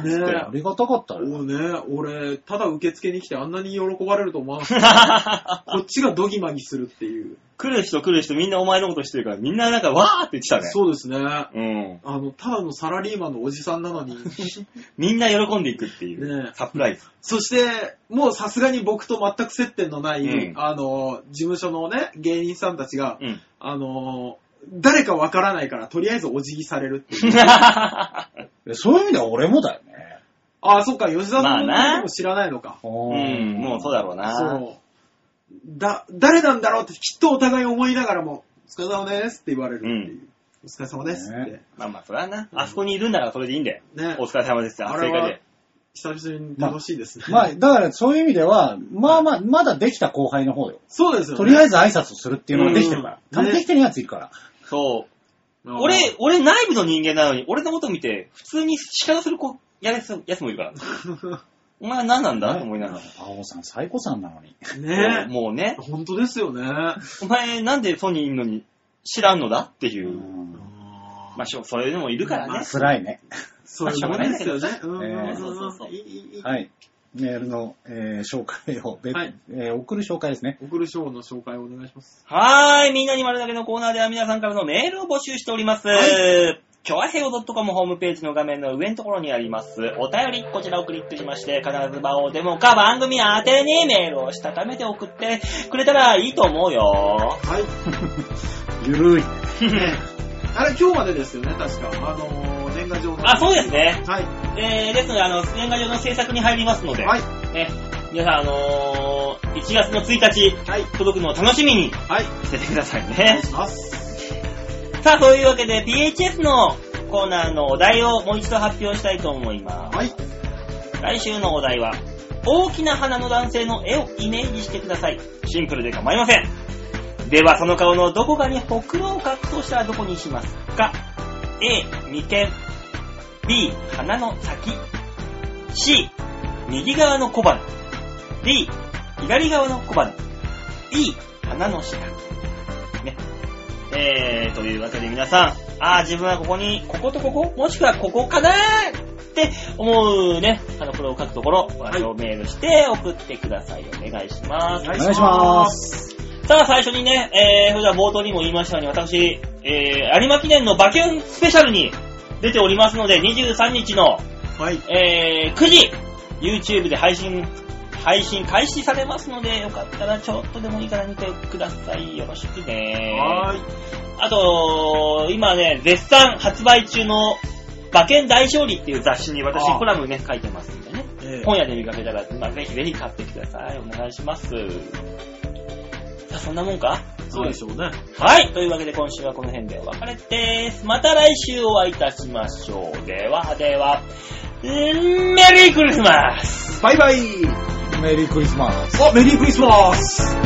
C: ね
A: ありがたかったよ。
C: もうね、俺、ただ受付に来てあんなに喜ばれると思わなか
B: さ
C: っ
B: んだ [LAUGHS]
C: た。こっちがドギマギするっていう。
B: 来る人来る人みんなお前のことしてるから、みんななんかわーって言ってたね。
C: そうですね。あ
B: うん。
C: の、ただのサラリーマンのおじさんなの
B: [LAUGHS]
C: に。
B: みんな喜んでいくっていう、
C: ねえ
B: サプライズ。
C: そして、もうさすがに僕と全く接点のない、
B: うん
C: あの、事務所のね、芸人さんたちが、
B: うん。
C: あの、誰かわからないから、とりあえずお辞儀されるって
B: [LAUGHS]
C: いう。
A: えそういう意味では俺もだよね。
C: ああ、そっか、吉沢さん
B: まあな
C: のも知らないのか。
A: [LAUGHS] う
B: うん、もうそうだろうな。
C: そう。だ、誰なんだろうってきっとお互い思いながらも、お疲れ様ですって言われるっていう。お疲れ様ですって。
A: ね
B: まあまあ、それはな。あそこにいるんならそれでいいんだよ。
C: ね
B: お疲れ様ですよ。
C: あ
B: 正
C: れは
B: 解で。
C: 久々に楽しいですね。
A: まあ、だからそういう意味では、まあまあ、まだできた後輩の方よ。
C: そうですよね。
A: とりあえ
C: ず、
A: ず挨拶をするっていうのができてるから。
C: うん
A: 多分できてるやついるから。
B: そう。俺、俺内部の人間なのに、俺のこと見て、普通に仕方する子、やつやつもいるから。お前は何なんだと思いなが
A: 青さん、サイコさんなのに。
B: ら。
C: ね
B: もうね、
C: 本当ですよね。
B: お前なんでソニーいるのに知らんのだっていう。
A: うん
B: まあ、しょそういうのもいるからね。
A: 辛いね。
C: そういうもんですよね。うん
A: ね
C: うんうんうん
B: そうそうそう
C: いいいい
A: はい。メールの、えー紹介を、別
C: はい
A: えー送る紹介ですね。
C: 送る賞の紹介をお願いします。
B: はーい、みんなに丸投げのコーナーでは皆さんからのメールを募集しております。今日はヘオ .com ホームページの画面の上のところにあります。お便り、こちらをクリックしまして、必ず場をデモか番組宛てにメールをしたためて送ってくれたらいいと思う
C: [LAUGHS]
B: よ。
C: はい。
A: ゆるい。
C: あれ、今日までですよね、確か。あのー、年賀状の。
B: あ、そうですね。
C: はい。
B: えー、ですので、あの、年賀状の制作に入りますので、
C: はい。
B: ね、皆さん、あのー、1月の1日、
C: はい。
B: 届くのを楽しみに
C: はい。
B: しててください
C: お願
B: ね
C: い。します。
B: さあ、そういうわけで PHS のコーナーのお題をもう一度発表したいと思います。
C: はい。
B: 来週のお題は、大きな鼻の男性の絵をイメージしてください。シンプルで構いません。では、その顔のどこかにほくろを隠すとしたらどこにしますか ?A、眉間。B、鼻の先。C、右側の小鼻。D、左側の小鼻。E、鼻の下。ね。えー、というわけで皆さん、あー、自分はここに、こことここもしくはここかなって思うね、あの、これを書くところ、
C: い
B: あのメールして送ってください。お願いします。
A: お願いします。
B: さあ、最初にね、えー、普段冒頭にも言いましたように、私、えー、有馬記念のバキュンスペシャルに出ておりますので、23日の、
C: はい。
B: えー、9時、YouTube で配信、配信開始されますので、よかったらちょっとでもいいから見てください。よろしくね。
C: は
B: あと、今ね、絶賛発売中の、馬券大勝利っていう雑誌に私
C: あー
B: コラムね、書いてますんでね。
C: ーい。えー
B: 本屋で見かけたら、まあ、ぜひぜひ買ってください。お願いします。さあ、そんなもんか
C: そうでしょうね。
B: はい。というわけで今週はこの辺でお別れです。また来週お会いいたしましょう。ではでは、うーんメリークリスマス
C: バイバイ
A: メリークリスマス。
C: あ、メリークリスマス